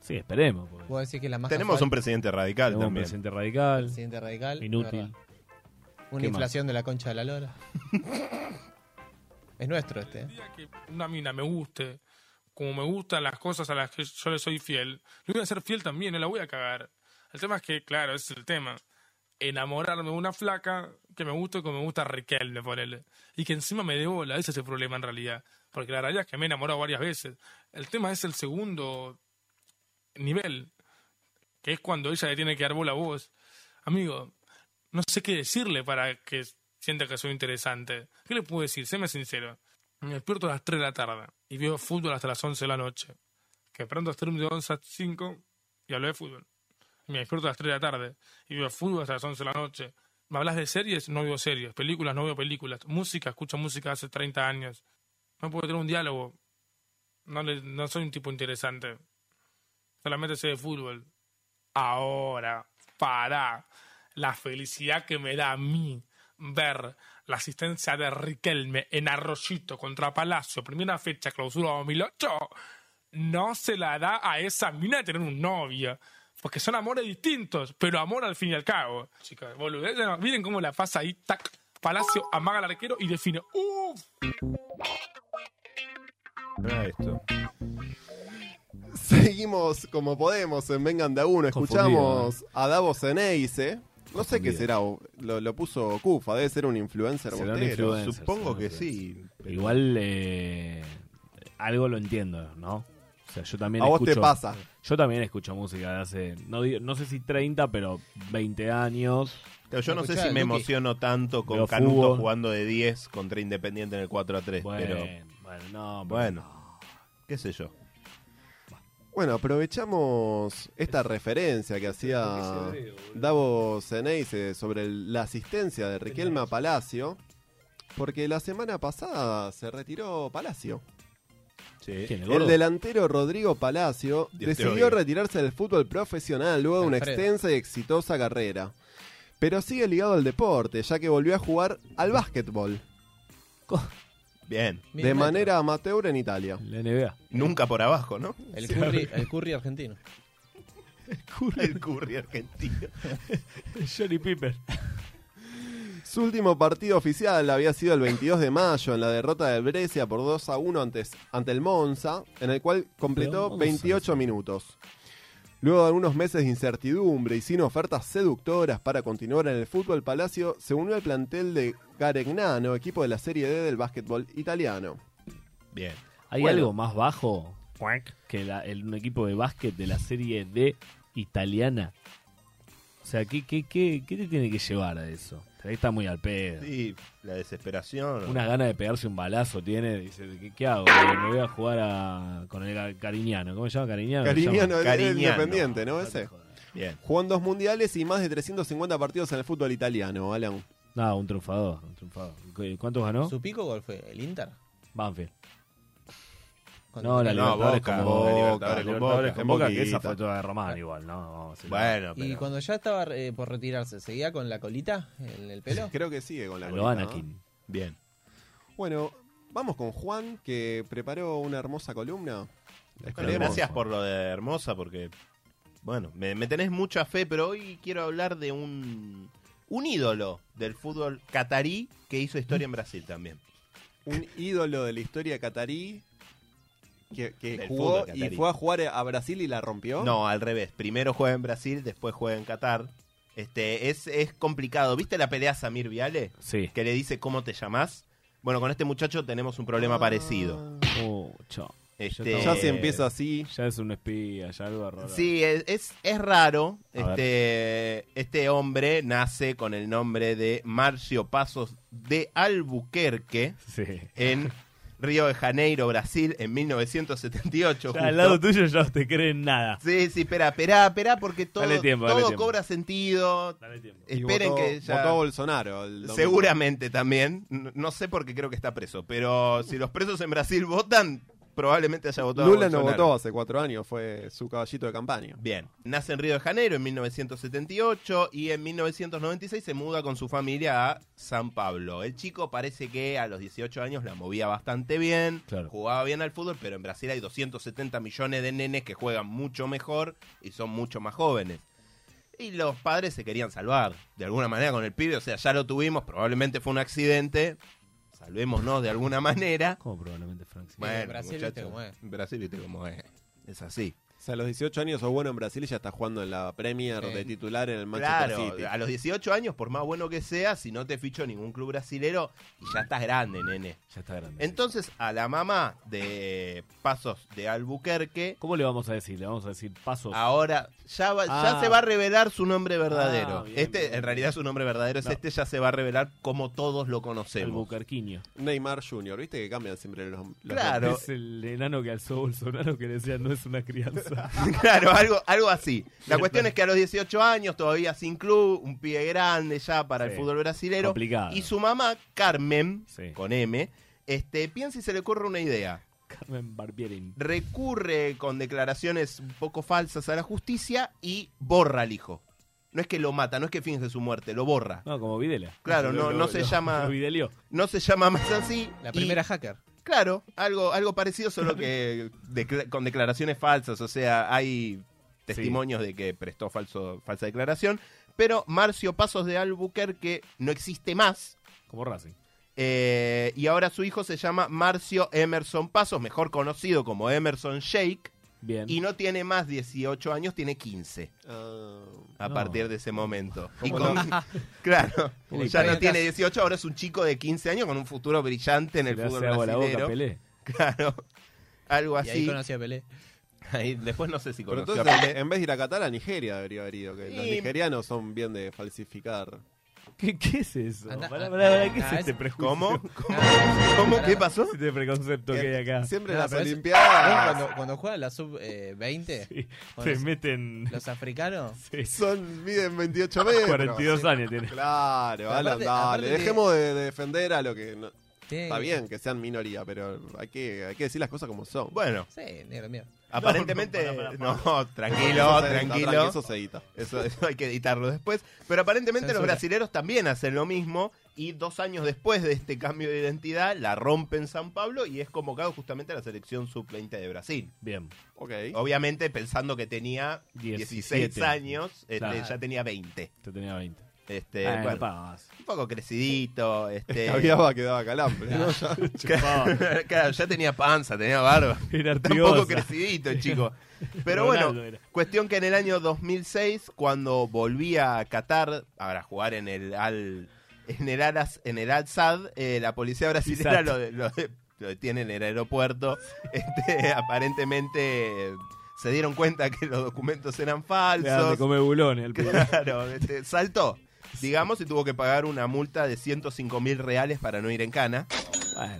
Speaker 6: Sí, esperemos. porque
Speaker 16: Puedo decir que la más.
Speaker 17: Tenemos
Speaker 16: casual-
Speaker 17: un presidente radical
Speaker 6: tenemos un
Speaker 17: también.
Speaker 6: presidente radical,
Speaker 16: presidente radical.
Speaker 6: inútil.
Speaker 16: la verdad. Una
Speaker 6: ¿Qué
Speaker 16: inflación de la concha de la lora. es nuestro este. ¿eh?
Speaker 7: que una mina me guste, como me gustan las cosas a las que yo le soy fiel, le voy a ser fiel también, no la voy a cagar. El tema es que, claro, ese es el tema. enamorarme de una flaca que me gusta como me gusta Riquelme, ponele. Y que encima me dé bola, ese es el problema en realidad. Porque la realidad es que me he enamorado varias veces. El tema es el segundo nivel, que es cuando ella le tiene que dar bola a vos. Amigo, no sé qué decirle para que sienta que soy interesante. ¿Qué le puedo decir? Séme sincero. Me despierto a las 3 de la tarde y veo fútbol hasta las 11 de la noche. Que pronto estoy de 11 a 5 y hablo de fútbol. Me despierto a las 3 de la tarde y veo fútbol hasta las 11 de la noche. ¿Me hablas de series? No veo series. Películas, no veo películas. Música, escucho música hace 30 años. No puedo tener un diálogo. No, le- no soy un tipo interesante. Solamente sé de fútbol. Ahora, para la felicidad que me da a mí ver la asistencia de Riquelme en Arroyito contra Palacio, primera fecha, clausura 2008, no se la da a esa mina de tener un novio. Porque son amores distintos, pero amor al fin y al cabo. Chicas, boludez, no, miren cómo la pasa ahí, tac. Palacio amaga al arquero y define. ¡Uf!
Speaker 9: esto.
Speaker 8: Seguimos como podemos en Vengan de a uno. Escuchamos
Speaker 6: ¿eh?
Speaker 8: a Davo Ceneice. No sé qué
Speaker 9: Confundido.
Speaker 8: será, o- lo, lo puso Cufa, debe ser un influencer.
Speaker 6: Será un
Speaker 8: bostero.
Speaker 6: influencer, será un influencer. Igual eh, algo lo entiendo, ¿no? O sea, yo también
Speaker 8: A vos te
Speaker 6: escucho-
Speaker 8: pasa.
Speaker 6: Yo también escucho música de hace, no, digo- no sé si 30, pero 20 años.
Speaker 9: Claro, yo no sé si me emociono tanto con
Speaker 6: Veo
Speaker 9: Canuto
Speaker 6: fútbol.
Speaker 9: jugando de 10 contra Independiente en el 4 a 3.
Speaker 6: Bueno,
Speaker 9: pero,
Speaker 6: bueno, no,
Speaker 9: bueno, qué sé yo.
Speaker 8: Bueno, aprovechamos esta referencia que hacía Davo Ceneice sobre el- la asistencia de Riquelme a Palacio, porque la semana pasada se retiró Palacio.
Speaker 6: ¿Quién, el gordo?
Speaker 8: El delantero Rodrigo Palacio
Speaker 6: Dios te
Speaker 8: decidió
Speaker 6: oiga.
Speaker 8: retirarse del fútbol profesional luego de una
Speaker 6: Alfredo.
Speaker 8: extensa y exitosa carrera. Pero sigue ligado al deporte, ya que volvió a jugar al básquetbol.
Speaker 9: Bien.
Speaker 8: De manera amateur en Italia.
Speaker 6: La NBA.
Speaker 9: Nunca por abajo, ¿no?
Speaker 18: El curry, el curry argentino.
Speaker 9: El curry argentino.
Speaker 6: Johnny Piper.
Speaker 8: Su último partido oficial había sido el 22 de mayo en la derrota de Brescia por 2 a 1 antes- ante el Monza, en el cual
Speaker 6: Pero
Speaker 8: completó
Speaker 6: Monza,
Speaker 8: 28 minutos. Luego de algunos meses de incertidumbre y sin ofertas seductoras para continuar en el fútbol Palacio, se unió al plantel de Garegnano, equipo de la Serie D del básquetbol italiano.
Speaker 9: Bien.
Speaker 6: ¿Hay
Speaker 8: Bueno.
Speaker 6: algo más bajo que la- el- un equipo de básquet de la Serie D italiana? O sea, ¿qué, qué, qué, qué te tiene que llevar a eso? Ahí está muy al pedo.
Speaker 9: Sí, la desesperación.
Speaker 6: Una gana de pegarse un balazo tiene. Dice, ¿qué, qué hago? Me voy a jugar a- con el Ga- Cariñano. ¿Cómo se llama Cariñano? ¿Se
Speaker 8: Cariñano,
Speaker 6: llama?
Speaker 8: el- el independiente, ¿no? Ese.
Speaker 9: Bien.
Speaker 8: Jugó en dos mundiales y más de 350 partidos en el fútbol italiano, Alan.
Speaker 6: No, un triunfador, un triunfador. ¿Cu- ¿Cuántos ganó?
Speaker 18: ¿Su pico cuál fue? ¿El Inter?
Speaker 6: Banfield.
Speaker 18: Contra-
Speaker 6: No, la
Speaker 18: No,
Speaker 6: Libertadores
Speaker 18: Boca,
Speaker 6: con
Speaker 18: la
Speaker 6: Boca.
Speaker 18: Libertadores
Speaker 6: la
Speaker 18: con
Speaker 6: Libertadores
Speaker 18: Boca,
Speaker 6: con Boca, que
Speaker 18: Boquita.
Speaker 6: esa fue toda de Román igual, ¿no? Vamos a decirlo.
Speaker 18: Y cuando ya estaba eh, por retirarse, ¿seguía con la colita en el pelo?
Speaker 8: Creo que sigue con la
Speaker 6: A
Speaker 8: colita,
Speaker 6: lo
Speaker 8: ¿no?
Speaker 6: Anakin.
Speaker 9: Bien.
Speaker 8: Bueno, vamos con Juan, que preparó una hermosa columna.
Speaker 9: Bueno,
Speaker 8: Esperemos.
Speaker 9: gracias por lo de Hermosa, porque, bueno, me, me tenés mucha fe, pero hoy quiero hablar de un, un ídolo del fútbol catarí que hizo historia en Brasil también.
Speaker 8: Un ídolo de la historia catarí que, que
Speaker 9: Del
Speaker 8: jugó
Speaker 9: fútbol
Speaker 8: y
Speaker 9: catarí.
Speaker 8: fue a jugar a Brasil y la rompió.
Speaker 9: No, al revés. Primero juega en Brasil, después juega en Qatar. Este, es, es complicado. ¿Viste la pelea Samir Viale?
Speaker 6: Sí.
Speaker 9: Que le dice, ¿cómo te llamás? Bueno, con este muchacho tenemos un problema
Speaker 8: Ah.
Speaker 9: parecido.
Speaker 6: Oh, chao.
Speaker 9: Este-
Speaker 8: Ya se empieza así.
Speaker 6: Ya es un espía, ya algo raro.
Speaker 9: Sí, es, es, es raro.
Speaker 6: A
Speaker 9: Este, este hombre nace con el nombre de Marcio Pasos de Albuquerque en Río de Janeiro, Brasil, en 1978.
Speaker 6: Ya al
Speaker 9: justo.
Speaker 6: lado tuyo ya no te creen nada.
Speaker 9: Sí, sí, espera, espera, espera, porque todo,
Speaker 6: Dale tiempo, dale
Speaker 9: todo
Speaker 6: tiempo.
Speaker 9: cobra sentido.
Speaker 8: Y
Speaker 9: Esperen
Speaker 8: votó-
Speaker 9: que ya...
Speaker 8: votó a Bolsonaro. el domingo.
Speaker 9: Seguramente también. No no sé por qué creo que está preso, pero si los presos en Brasil votan, probablemente haya votado a
Speaker 8: Lula no
Speaker 9: Bolsonaro.
Speaker 8: votó hace cuatro años, fue su caballito de campaña.
Speaker 9: Bien, nace en Río de Janeiro en 1978 y en 1996 se muda con su familia a San Pablo. El chico parece que a los 18 años la movía bastante bien, jugaba bien al fútbol, pero en Brasil hay 270 millones de nenes que juegan mucho mejor y son mucho más jóvenes. Y los padres se querían salvar, de alguna manera con el pibe, o sea, ya lo tuvimos, probablemente fue un accidente, salvémonos de alguna manera.
Speaker 6: ¿Cómo probablemente, Frank?
Speaker 9: Bueno,
Speaker 18: Brasil,
Speaker 9: muchacho,
Speaker 18: viste cómo es.
Speaker 9: Brasil viste cómo es. Es así.
Speaker 6: O sea, a los 18 años o bueno en Brasil y ya está jugando en la Premier
Speaker 9: Eh,
Speaker 6: de titular en el Manchester
Speaker 9: Claro,
Speaker 6: City.
Speaker 9: a los 18 años, por más bueno que sea, si no te fichó ningún club brasilero, y ya estás grande, nene.
Speaker 7: Ya está grande.
Speaker 9: Entonces, a la mamá de Pasos de Albuquerque.
Speaker 7: ¿Cómo le vamos a decir? Le vamos a decir Pasos.
Speaker 9: Ahora, ya, va- ya
Speaker 7: Ah.
Speaker 9: se va a revelar su nombre verdadero.
Speaker 7: Ah, bien,
Speaker 9: este,
Speaker 7: bien,
Speaker 9: en
Speaker 7: bien.
Speaker 9: realidad, su nombre verdadero es
Speaker 7: No.
Speaker 9: este, ya se va a revelar como todos lo conocemos.
Speaker 7: Albuquerqueño.
Speaker 6: Neymar Jr., viste que cambian siempre los, los
Speaker 9: Claro.
Speaker 7: Es el enano que alzó Bolsonaro que decía no es una crianza.
Speaker 9: Claro, algo, algo así. La cuestión es que a los 18 años, todavía sin club, un pie grande ya para el
Speaker 7: Sí,
Speaker 9: fútbol brasilero.
Speaker 7: complicado.
Speaker 9: Y su mamá, Carmen, con M, este, piensa y se le ocurre una idea.
Speaker 7: Carmen Barbierin.
Speaker 9: Recurre con declaraciones un poco falsas a la justicia y borra al hijo. No es que lo mata, no es que finge su muerte, lo borra.
Speaker 7: No, como Videla.
Speaker 9: Claro,
Speaker 7: Lo-
Speaker 9: no,
Speaker 7: lo-
Speaker 9: no se
Speaker 7: lo-
Speaker 9: llama.
Speaker 7: lo videlió.
Speaker 9: No se llama más así.
Speaker 12: La
Speaker 9: y-
Speaker 12: primera hacker.
Speaker 9: Claro, algo, algo parecido, solo que decla- con declaraciones falsas. O sea, hay testimonios de que prestó falso, falsa declaración. Pero Marcio Pasos de Albuquerque no existe más.
Speaker 7: Como Racing.
Speaker 9: Eh, y ahora su hijo se llama Marcio Emerson Pasos, mejor conocido como Emerson Shake.
Speaker 7: Bien.
Speaker 9: Y no tiene más 18 años, tiene 15 a
Speaker 6: Ah. no.
Speaker 9: partir de ese momento. Y
Speaker 6: ¿Cómo
Speaker 9: con-
Speaker 6: no?
Speaker 9: claro,
Speaker 6: Uy,
Speaker 9: ya no
Speaker 6: pero-
Speaker 9: tiene 18, ahora es un chico de 15 años con un futuro brillante en el
Speaker 7: le hace
Speaker 9: fútbol
Speaker 7: agua a la boca,
Speaker 9: brasileño.
Speaker 7: Pelé.
Speaker 9: Claro, algo
Speaker 12: Y
Speaker 9: así.
Speaker 12: ahí conocí a Pelé.
Speaker 9: Ahí- después no sé si
Speaker 6: Pero
Speaker 9: conoció a
Speaker 6: entonces,
Speaker 9: Pelé.
Speaker 6: en vez de ir a Qatar, a Nigeria debería haber ido. Que los
Speaker 9: Y-
Speaker 6: nigerianos son bien de falsificar.
Speaker 7: ¿Qué, qué es eso?
Speaker 6: Anda-
Speaker 7: Pará, pará, pará, ¿qué
Speaker 6: ah,
Speaker 7: es
Speaker 6: es-
Speaker 7: este prejuicio?
Speaker 6: ¿Cómo?
Speaker 7: ¿Cómo?
Speaker 9: ¿Cómo? ¿Qué pasó?
Speaker 7: Este preconcepto que
Speaker 9: Eh,
Speaker 7: hay acá. Ah,
Speaker 12: No, pero es- ¿no? Cuando, cuando juegan la eh, sub-20,
Speaker 7: te meten-
Speaker 12: ¿Los africanos?
Speaker 6: Son, miden 28 metros.
Speaker 7: 42 años tiene.
Speaker 6: Claro,
Speaker 12: Pero
Speaker 6: Alan,
Speaker 12: aparte-
Speaker 6: dale.
Speaker 12: aparte de-
Speaker 6: Dejemos de, de defender a lo que. no-
Speaker 12: Sí.
Speaker 6: Está bien que sean minoría, pero hay que, hay que decir las cosas como son.
Speaker 9: Bueno.
Speaker 12: Sí, negro mío.
Speaker 9: Aparentemente, no, tranquilo,
Speaker 6: Eso se edita,
Speaker 9: tranquilo.
Speaker 6: tranqui, eso se edita.
Speaker 9: Eso, eso hay que editarlo después. Pero aparentemente los
Speaker 6: Censura.
Speaker 9: brasileros también hacen lo mismo. Y dos años después de este cambio de identidad, la rompen San Pablo y es convocado justamente a la selección sub-20 de Brasil.
Speaker 7: Bien.
Speaker 6: Ok.
Speaker 7: Oh,
Speaker 9: Obviamente pensando que tenía
Speaker 7: 17.
Speaker 9: 16 años, este,
Speaker 7: Claro.
Speaker 9: ya tenía 20.
Speaker 7: Yo tenía 20.
Speaker 9: Este,
Speaker 7: Ah,
Speaker 9: bueno,
Speaker 7: capaz más.
Speaker 9: un poco crecidito. Este,
Speaker 6: Había quedaba calambre. ¿no?
Speaker 9: Claro, claro, ya tenía panza, tenía barba.
Speaker 7: Era
Speaker 9: Tampoco
Speaker 7: artigosa.
Speaker 9: crecidito el chico. Pero
Speaker 7: Ronaldo
Speaker 9: bueno,
Speaker 7: era.
Speaker 9: cuestión que en el año 2006, cuando volvía a Qatar para jugar en el Al en el Al, en el Al Sadd, eh, la policía brasileña
Speaker 7: Isaac.
Speaker 9: lo, de- lo de- lo detiene en el aeropuerto. Este, aparentemente eh, se dieron cuenta que los documentos eran
Speaker 7: Le daban de
Speaker 9: falsos.
Speaker 7: comer bulones al pibe.
Speaker 9: Claro, este, saltó. Digamos, y tuvo que pagar una multa de 105 mil reales para no ir en cana.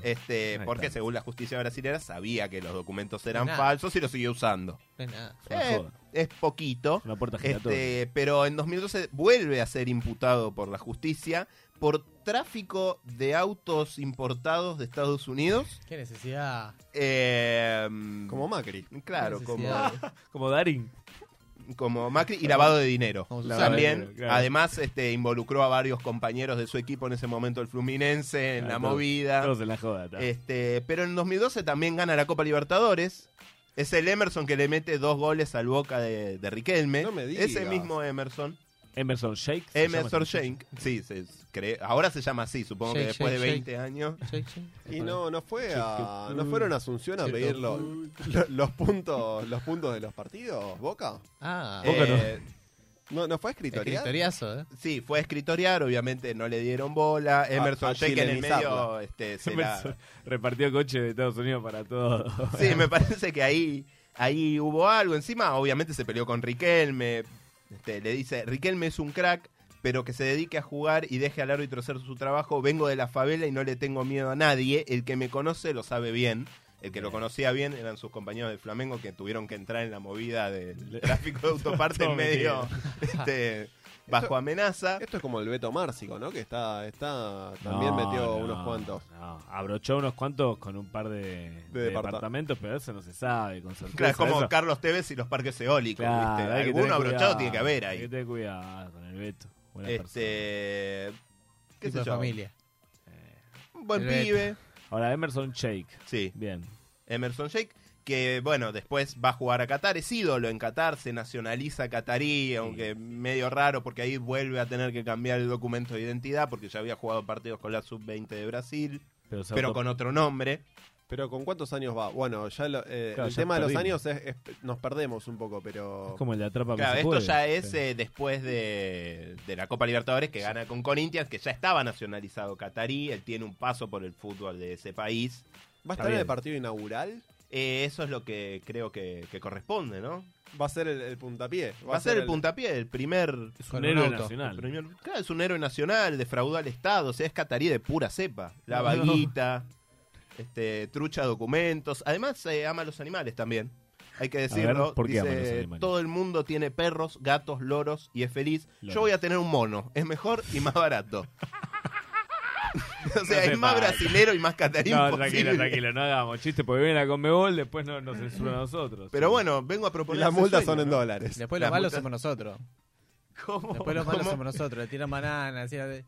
Speaker 9: este, porque según la justicia brasilera sabía que los documentos eran
Speaker 12: Nada.
Speaker 9: falsos y los siguió usando.
Speaker 12: No es nada.
Speaker 9: Eh, es poquito.
Speaker 12: giratoria.
Speaker 9: Este, pero en 2012 vuelve a ser imputado por la justicia por tráfico de autos importados de Estados Unidos.
Speaker 12: Qué necesidad.
Speaker 9: como
Speaker 6: Macri.
Speaker 9: Claro,
Speaker 12: Qué
Speaker 9: como,
Speaker 12: necesidad.
Speaker 7: como Darín.
Speaker 9: Como Macri y lavado de dinero.
Speaker 12: Como
Speaker 7: Susana.
Speaker 9: También,
Speaker 7: Lavado de dinero, claro.
Speaker 9: además, este, involucró a varios compañeros de su equipo en ese momento, el Fluminense, en
Speaker 7: Ah,
Speaker 9: la
Speaker 7: todo-
Speaker 9: movida.
Speaker 7: todo se la joda, está.
Speaker 9: Este, pero en 2012 también gana la Copa Libertadores. Es el Emerson que le mete dos goles al boca de, de Riquelme.
Speaker 6: No me digas.
Speaker 9: Ese mismo Emerson.
Speaker 7: Emerson Shake. se llama
Speaker 9: Emerson
Speaker 7: este
Speaker 9: Shake. Sí, se cree- ahora se llama así, supongo que
Speaker 6: Shake,
Speaker 9: después
Speaker 6: shake,
Speaker 9: de
Speaker 6: shake.
Speaker 9: 20 años.
Speaker 6: Y no, no fue a, no fueron a Asunción a pedir lo- lo- los, puntos, los puntos de los partidos, Boca.
Speaker 12: Ah.
Speaker 6: Boca no.
Speaker 9: Eh,
Speaker 6: no. no fue escritoría.
Speaker 9: Sí, fue a escritoriar, obviamente no le dieron bola. Emerson
Speaker 6: a
Speaker 9: Shake en el medio
Speaker 6: chilenizarla.
Speaker 9: este, se la-
Speaker 7: Emerson repartió coches de Estados Unidos para todos.
Speaker 9: Sí, me parece que ahí, ahí hubo algo. Encima, obviamente, se peleó con Riquelme. Este, le dice, Riquelme es un crack, pero que se dedique a jugar y deje al árbitro hacer su trabajo. Vengo de la favela y no le tengo miedo a nadie. El que me conoce lo sabe bien. El que lo conocía bien eran sus compañeros del Flamengo que tuvieron que entrar en la movida del tráfico de autoparte
Speaker 6: Todo
Speaker 9: en medio
Speaker 6: metido.
Speaker 9: este, bajo
Speaker 6: Esto-
Speaker 9: amenaza.
Speaker 6: Esto es como el Beto Márcico, ¿no? Que está, está también
Speaker 7: No,
Speaker 6: metió
Speaker 7: no,
Speaker 6: unos cuantos.
Speaker 7: no. Abrochó unos cuantos con un par de, de
Speaker 6: departa-
Speaker 7: departamentos, pero eso no se sabe con certeza.
Speaker 9: Claro, es como
Speaker 7: Eso-
Speaker 9: Carlos Tevez y los parques eólicos.
Speaker 7: Claro,
Speaker 9: ¿viste?
Speaker 7: hay que tener
Speaker 9: Alguno abrochado
Speaker 7: cuidado,
Speaker 9: tiene que haber
Speaker 7: Hay
Speaker 9: ahí.
Speaker 7: que tener cuidado con el Beto. Buena
Speaker 9: Eh.
Speaker 7: persona.
Speaker 9: Este. ¿Qué
Speaker 7: Tipo
Speaker 9: sé
Speaker 7: de
Speaker 9: yo?
Speaker 7: familia.
Speaker 9: Un buen
Speaker 7: El Beto.
Speaker 9: pibe.
Speaker 7: Ahora, Emerson Shake.
Speaker 9: Sí.
Speaker 7: Bien.
Speaker 9: Emerson Shake. Que bueno, después va a jugar a Qatar, es ídolo en Qatar, se nacionaliza catarí, aunque medio raro, porque ahí vuelve a tener que cambiar el documento de identidad, porque ya había jugado partidos con la sub-20 de Brasil,
Speaker 7: Pero
Speaker 9: pero,
Speaker 7: se auto-
Speaker 9: con otro nombre.
Speaker 6: Pero ¿con cuántos años va? Bueno, ya lo- eh,
Speaker 7: Claro,
Speaker 6: el
Speaker 7: ya
Speaker 6: tema de los años
Speaker 7: perdimos.
Speaker 6: es, es- nos perdemos un poco, pero...
Speaker 7: Es como el de Atrápame
Speaker 9: Claro,
Speaker 7: si
Speaker 9: esto
Speaker 7: puedes.
Speaker 9: ya es eh, después de, de la Copa Libertadores que gana con Corinthians, que ya estaba nacionalizado catarí, él tiene un paso por el fútbol de ese país. Eh,
Speaker 6: ¿Va a estar en el partido inaugural?
Speaker 9: eso es lo que creo que, que corresponde, ¿no?
Speaker 6: Va a ser el, el puntapié.
Speaker 9: Va, a ser el, puntapié, el primer...
Speaker 7: Es
Speaker 6: un héroe nacional.
Speaker 9: claro, es un héroe nacional, defraudó al Estado, o sea, es catarí de pura cepa. La
Speaker 6: No.
Speaker 9: vaguita, este, trucha documentos. Además, eh, ama a los animales también. Hay que decirlo.
Speaker 7: ver, ¿por qué ama a los
Speaker 9: Dice,
Speaker 7: animales?
Speaker 9: todo el mundo tiene perros, gatos, loros y es feliz.
Speaker 7: Loros.
Speaker 9: Yo voy a tener un mono. Es mejor y más barato. o sea,
Speaker 7: No
Speaker 9: es
Speaker 7: se
Speaker 9: más
Speaker 7: pasa.
Speaker 9: brasilero y más catarí
Speaker 7: No,
Speaker 9: imposible.
Speaker 7: tranquilo, tranquilo, no hagamos chiste porque viene la Conmebol, después no- nos censuran a nosotros.
Speaker 9: Pero bueno, vengo a proponer.
Speaker 6: Las
Speaker 9: ese
Speaker 6: multas son
Speaker 9: sueño,
Speaker 6: en
Speaker 9: ¿no?
Speaker 6: dólares.
Speaker 12: Después
Speaker 9: Las
Speaker 12: los malos
Speaker 9: multas-
Speaker 12: somos nosotros.
Speaker 9: ¿Cómo?
Speaker 12: Después los malos
Speaker 9: ¿Cómo?
Speaker 12: somos nosotros. Le tiran bananas. así, así.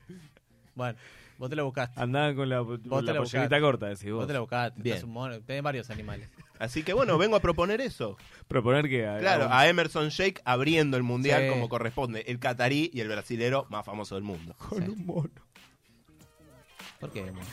Speaker 12: Bueno, vos te la buscaste.
Speaker 7: Andaban con la, con
Speaker 12: Vos te
Speaker 7: la
Speaker 12: la
Speaker 7: pollerita
Speaker 12: buscaste.
Speaker 7: corta, decís vos.
Speaker 12: Vos te la buscaste.
Speaker 7: Bien.
Speaker 12: Tenés un mono, tenés varios animales.
Speaker 9: Así que bueno, vengo a proponer eso.
Speaker 7: Proponer que...
Speaker 9: Claro, a Emerson Shake abriendo el mundial
Speaker 12: Sí.
Speaker 9: como corresponde. El catarí y el brasilero más famoso del mundo.
Speaker 6: Con un mono.
Speaker 12: ¿Por qué? mono?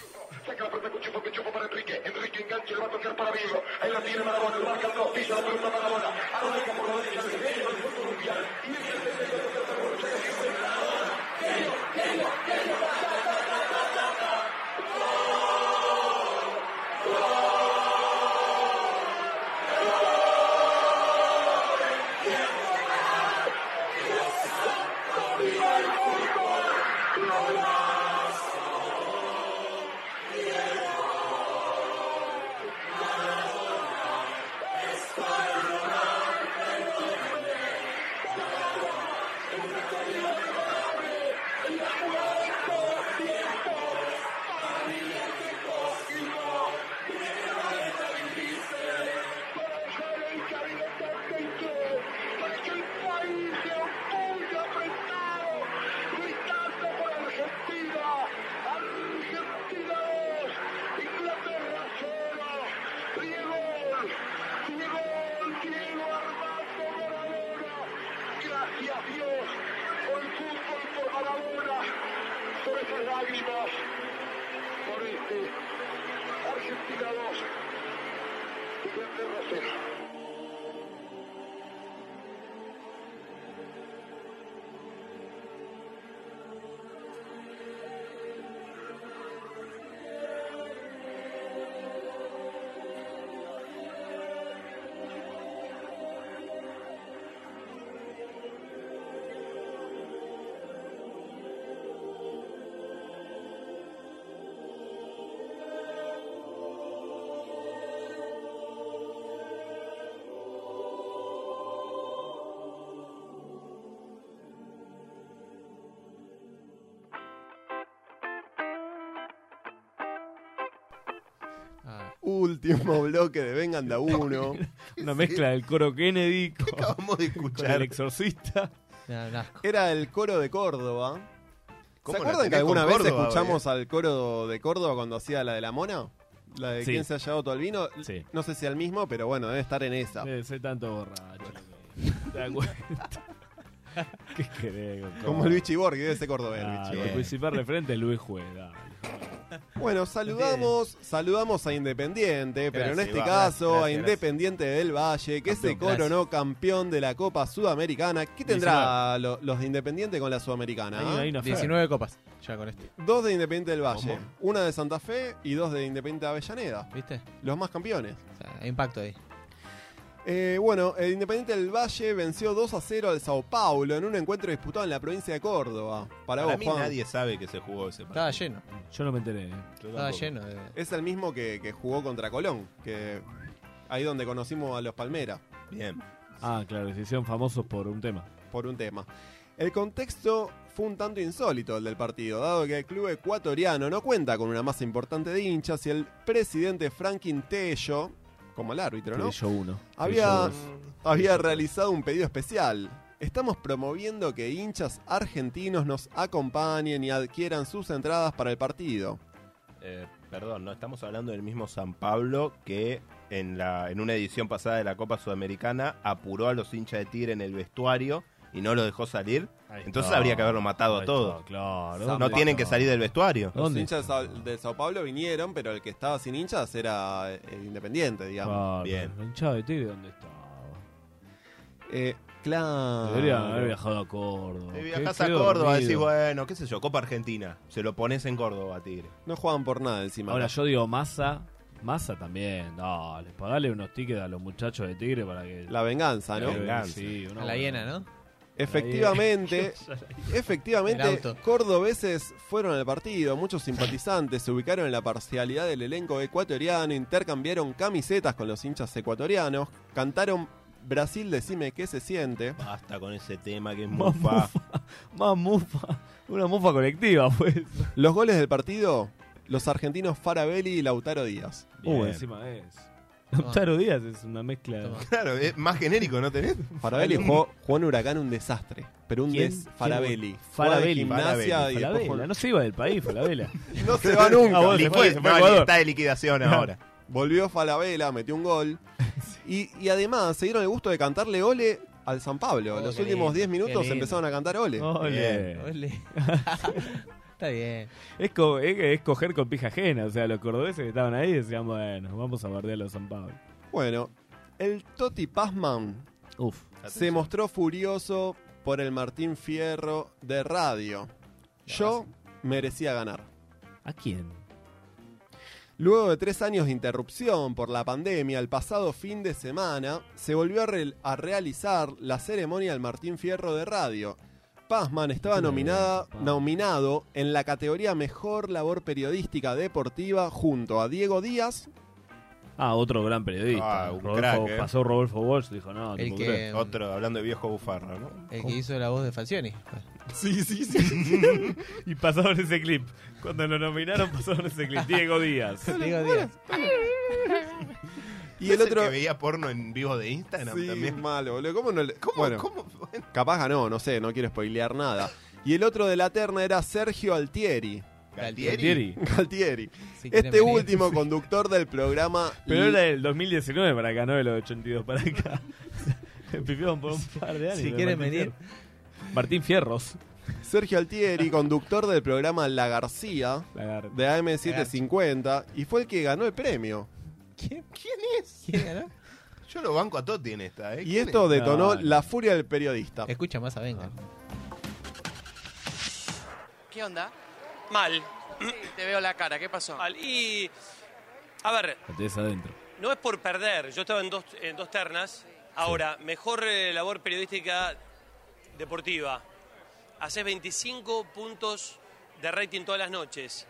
Speaker 6: Último bloque de Vengan de a uno.
Speaker 7: Una mezcla del coro Kennedy con,
Speaker 9: acabamos de
Speaker 7: con el exorcista.
Speaker 6: Era el coro de Córdoba.
Speaker 7: ¿Cómo
Speaker 6: ¿Se
Speaker 7: la
Speaker 6: acuerdan que
Speaker 7: tenés con
Speaker 6: alguna vez
Speaker 7: Córdoba,
Speaker 6: escuchamos al coro de Córdoba cuando hacía la de la mona? La de
Speaker 7: Sí.
Speaker 6: quién se ha llevado todo el vino.
Speaker 7: Sí.
Speaker 6: No sé si al mismo, pero bueno, debe estar en esa.
Speaker 7: Debe ser tanto borracho. que- ¿Te das cuenta? ¿Qué querés? Goncalves?
Speaker 6: Como Luigi Borghi, debe ser cordobés.
Speaker 7: Ah,
Speaker 6: Luigi
Speaker 7: el
Speaker 6: Borghi.
Speaker 7: principal referente es Luis Juega.
Speaker 6: Bueno, saludamos, saludamos a Independiente, pero en
Speaker 7: Gracias,
Speaker 6: este
Speaker 7: Iván.
Speaker 6: caso a
Speaker 7: Gracias,
Speaker 6: Independiente del Valle, que se
Speaker 7: Campeón,
Speaker 6: coronó campeón de la Copa Sudamericana. ¿Qué tendrá lo- los de Independiente con la Sudamericana? ah?
Speaker 12: 19 copas. Ya con este.
Speaker 6: Dos de Independiente del Valle, una de Santa Fe y dos de Independiente de Avellaneda.
Speaker 12: ¿Viste?
Speaker 6: Los más campeones.
Speaker 12: O sea,
Speaker 7: Ah,
Speaker 12: hay impacto ahí.
Speaker 6: Eh, bueno, el Independiente del Valle venció 2 a 0 al Sao Paulo Ah, en un encuentro disputado en la provincia de Córdoba. Para,
Speaker 9: Para
Speaker 6: vos,
Speaker 9: mí
Speaker 6: Juan.
Speaker 9: nadie sabe que se jugó ese partido.
Speaker 12: Estaba lleno.
Speaker 7: Yo no me enteré. ¿eh?
Speaker 12: Estaba lleno. de-
Speaker 6: Es el mismo que, que jugó contra Colón, que ahí donde conocimos a los Palmera,
Speaker 9: Bien.
Speaker 7: Ah, claro, se hicieron famosos por un tema.
Speaker 6: por un tema. El contexto fue un tanto insólito el del partido, dado que el club ecuatoriano no cuenta con una masa importante de hinchas y el presidente Franklin Tello, como el árbitro, ¿no?
Speaker 7: Tello uno,
Speaker 6: Había,
Speaker 7: Tello
Speaker 6: había realizado un pedido especial. Estamos promoviendo que hinchas argentinos nos acompañen y adquieran sus entradas para el partido.
Speaker 9: Eh, perdón, no estamos hablando del mismo San Pablo que en, la, en una edición pasada de la Copa Sudamericana apuró a los hinchas de Tigre en el vestuario y no lo dejó salir,
Speaker 6: Ahí está.
Speaker 9: entonces habría que haberlo matado a
Speaker 6: Ahí está,
Speaker 9: todos.
Speaker 6: claro.
Speaker 9: No
Speaker 6: ¿Dónde
Speaker 9: tienen
Speaker 6: está?
Speaker 9: que salir del vestuario.
Speaker 6: Los hinchas de Sao- de Sao Paulo vinieron, pero el que estaba sin hinchas era el independiente, digamos.
Speaker 7: Bien. El hinchado de Tigre, ¿dónde está?
Speaker 6: Eh, claro.
Speaker 7: Debería haber viajado a Córdoba.
Speaker 9: Te
Speaker 7: Qué-
Speaker 9: viajás
Speaker 7: qué
Speaker 9: a Córdoba,
Speaker 7: dormido.
Speaker 9: decís, bueno, qué sé yo, Copa Argentina. Se lo pones en Córdoba, Tigre.
Speaker 6: No juegan por nada encima.
Speaker 7: Ahora yo digo masa, masa también. No, les pagale unos tickets a los muchachos de Tigre para que.
Speaker 6: La venganza, ¿no?
Speaker 7: Sí,
Speaker 9: Eh,
Speaker 6: Venganza.
Speaker 7: Ah, sí, una
Speaker 12: A la
Speaker 7: buena.
Speaker 12: hiena, ¿no?
Speaker 6: Efectivamente,
Speaker 12: El
Speaker 6: efectivamente,
Speaker 12: auto.
Speaker 6: cordobeses fueron al partido, muchos simpatizantes se ubicaron en la parcialidad del elenco ecuatoriano, intercambiaron camisetas con los hinchas ecuatorianos, cantaron Brasil, decime qué se siente.
Speaker 9: Basta con ese tema que es
Speaker 6: Más
Speaker 9: mufa.
Speaker 6: Más mufa, una mufa colectiva, pues. Los goles del partido, los argentinos Farabelli y Lautaro Díaz.
Speaker 7: Uh, encima es. Lautaro Díaz es una mezcla.
Speaker 9: Claro, es más genérico, ¿no tenés?
Speaker 6: Farabelli jugó, jugó en Huracán un desastre, pero un
Speaker 7: ¿Quién?
Speaker 6: des Farabelli.
Speaker 7: ¿Quién?
Speaker 6: Jugó de
Speaker 7: Farabelli.
Speaker 6: gimnasia y después
Speaker 7: Falabella.
Speaker 6: jugó-
Speaker 7: No se iba del país, Falabella.
Speaker 6: No se va nunca.
Speaker 7: Ah, bueno, se fue, se fue a Ecuador.
Speaker 6: Volvió Falabella, metió un gol. Y, y además se dieron el gusto de cantarle ole al San Pablo. Los
Speaker 12: Oh, qué lindo,
Speaker 6: últimos 10
Speaker 12: qué
Speaker 6: minutos
Speaker 12: lindo. Oh.
Speaker 6: empezaron a cantar ole.
Speaker 7: Ole.
Speaker 12: Ole. Está bien.
Speaker 7: Es, co- es- es coger con pija ajena. O sea, los cordobeses que estaban ahí decían, bueno, vamos a bardear a los San Pablo.
Speaker 6: Bueno, el Toti Pazman se mostró furioso por el Martín Fierro de radio. Yo merecía ganar.
Speaker 7: ¿A quién?
Speaker 6: Luego de tres años de interrupción por la pandemia, el pasado fin de semana se volvió a, re- a realizar la ceremonia del Martín Fierro de Radio. Pazman estaba nominada, nominado en la categoría Mejor Labor Periodística Deportiva junto a Diego Díaz.
Speaker 7: Ah, otro gran periodista.
Speaker 9: Ah, un
Speaker 7: Rodolfo-
Speaker 9: crack, ¿eh?
Speaker 7: Pasó Rodolfo Walsh, dijo, no,
Speaker 12: El
Speaker 7: tipo,
Speaker 12: que-
Speaker 7: creo.
Speaker 9: Otro, hablando de viejo bufarra, ¿no?
Speaker 12: El que hizo la voz de Falcioni.
Speaker 7: Sí, sí, sí. y pasaron ese clip. Cuando lo nominaron, pasaron ese clip. Diego Díaz.
Speaker 12: Diego Díaz.
Speaker 6: Y el otro.
Speaker 9: que veía porno en vivo de Instagram
Speaker 6: Sí,
Speaker 9: también.
Speaker 6: malo, boludo. ¿Cómo no le- bueno, Capaz ganó, no sé, no quiero spoilear nada. Y el otro de la terna era Sergio Altieri.
Speaker 7: ¿Galtieri?
Speaker 6: Galtieri.
Speaker 7: Si quieren
Speaker 6: este
Speaker 7: venir.
Speaker 6: último conductor del programa.
Speaker 7: Pero era del 2019 para acá, no de los 82 para acá. Pifiaron por un par de años.
Speaker 6: Si quieren
Speaker 7: Martín
Speaker 6: venir.
Speaker 7: Fierro. Martín Fierros.
Speaker 6: Sergio Altieri, conductor del programa La García de AM750 y fue el que ganó el premio.
Speaker 9: ¿Quién es? Yo lo banco a Totti en esta, ¿eh?
Speaker 6: Y
Speaker 9: ¿Quién
Speaker 6: esto
Speaker 9: es?
Speaker 6: detonó la furia del periodista.
Speaker 12: Escucha más a
Speaker 7: Ah.
Speaker 12: Venga.
Speaker 19: ¿Qué onda? Mal. Te veo la cara, ¿qué pasó? Mal. Y. A ver,
Speaker 7: La tenés adentro.
Speaker 19: no es por perder. Yo estaba en dos, en dos ternas. Ahora, mejor eh, labor periodística deportiva. Haces 25 puntos de rating todas las noches.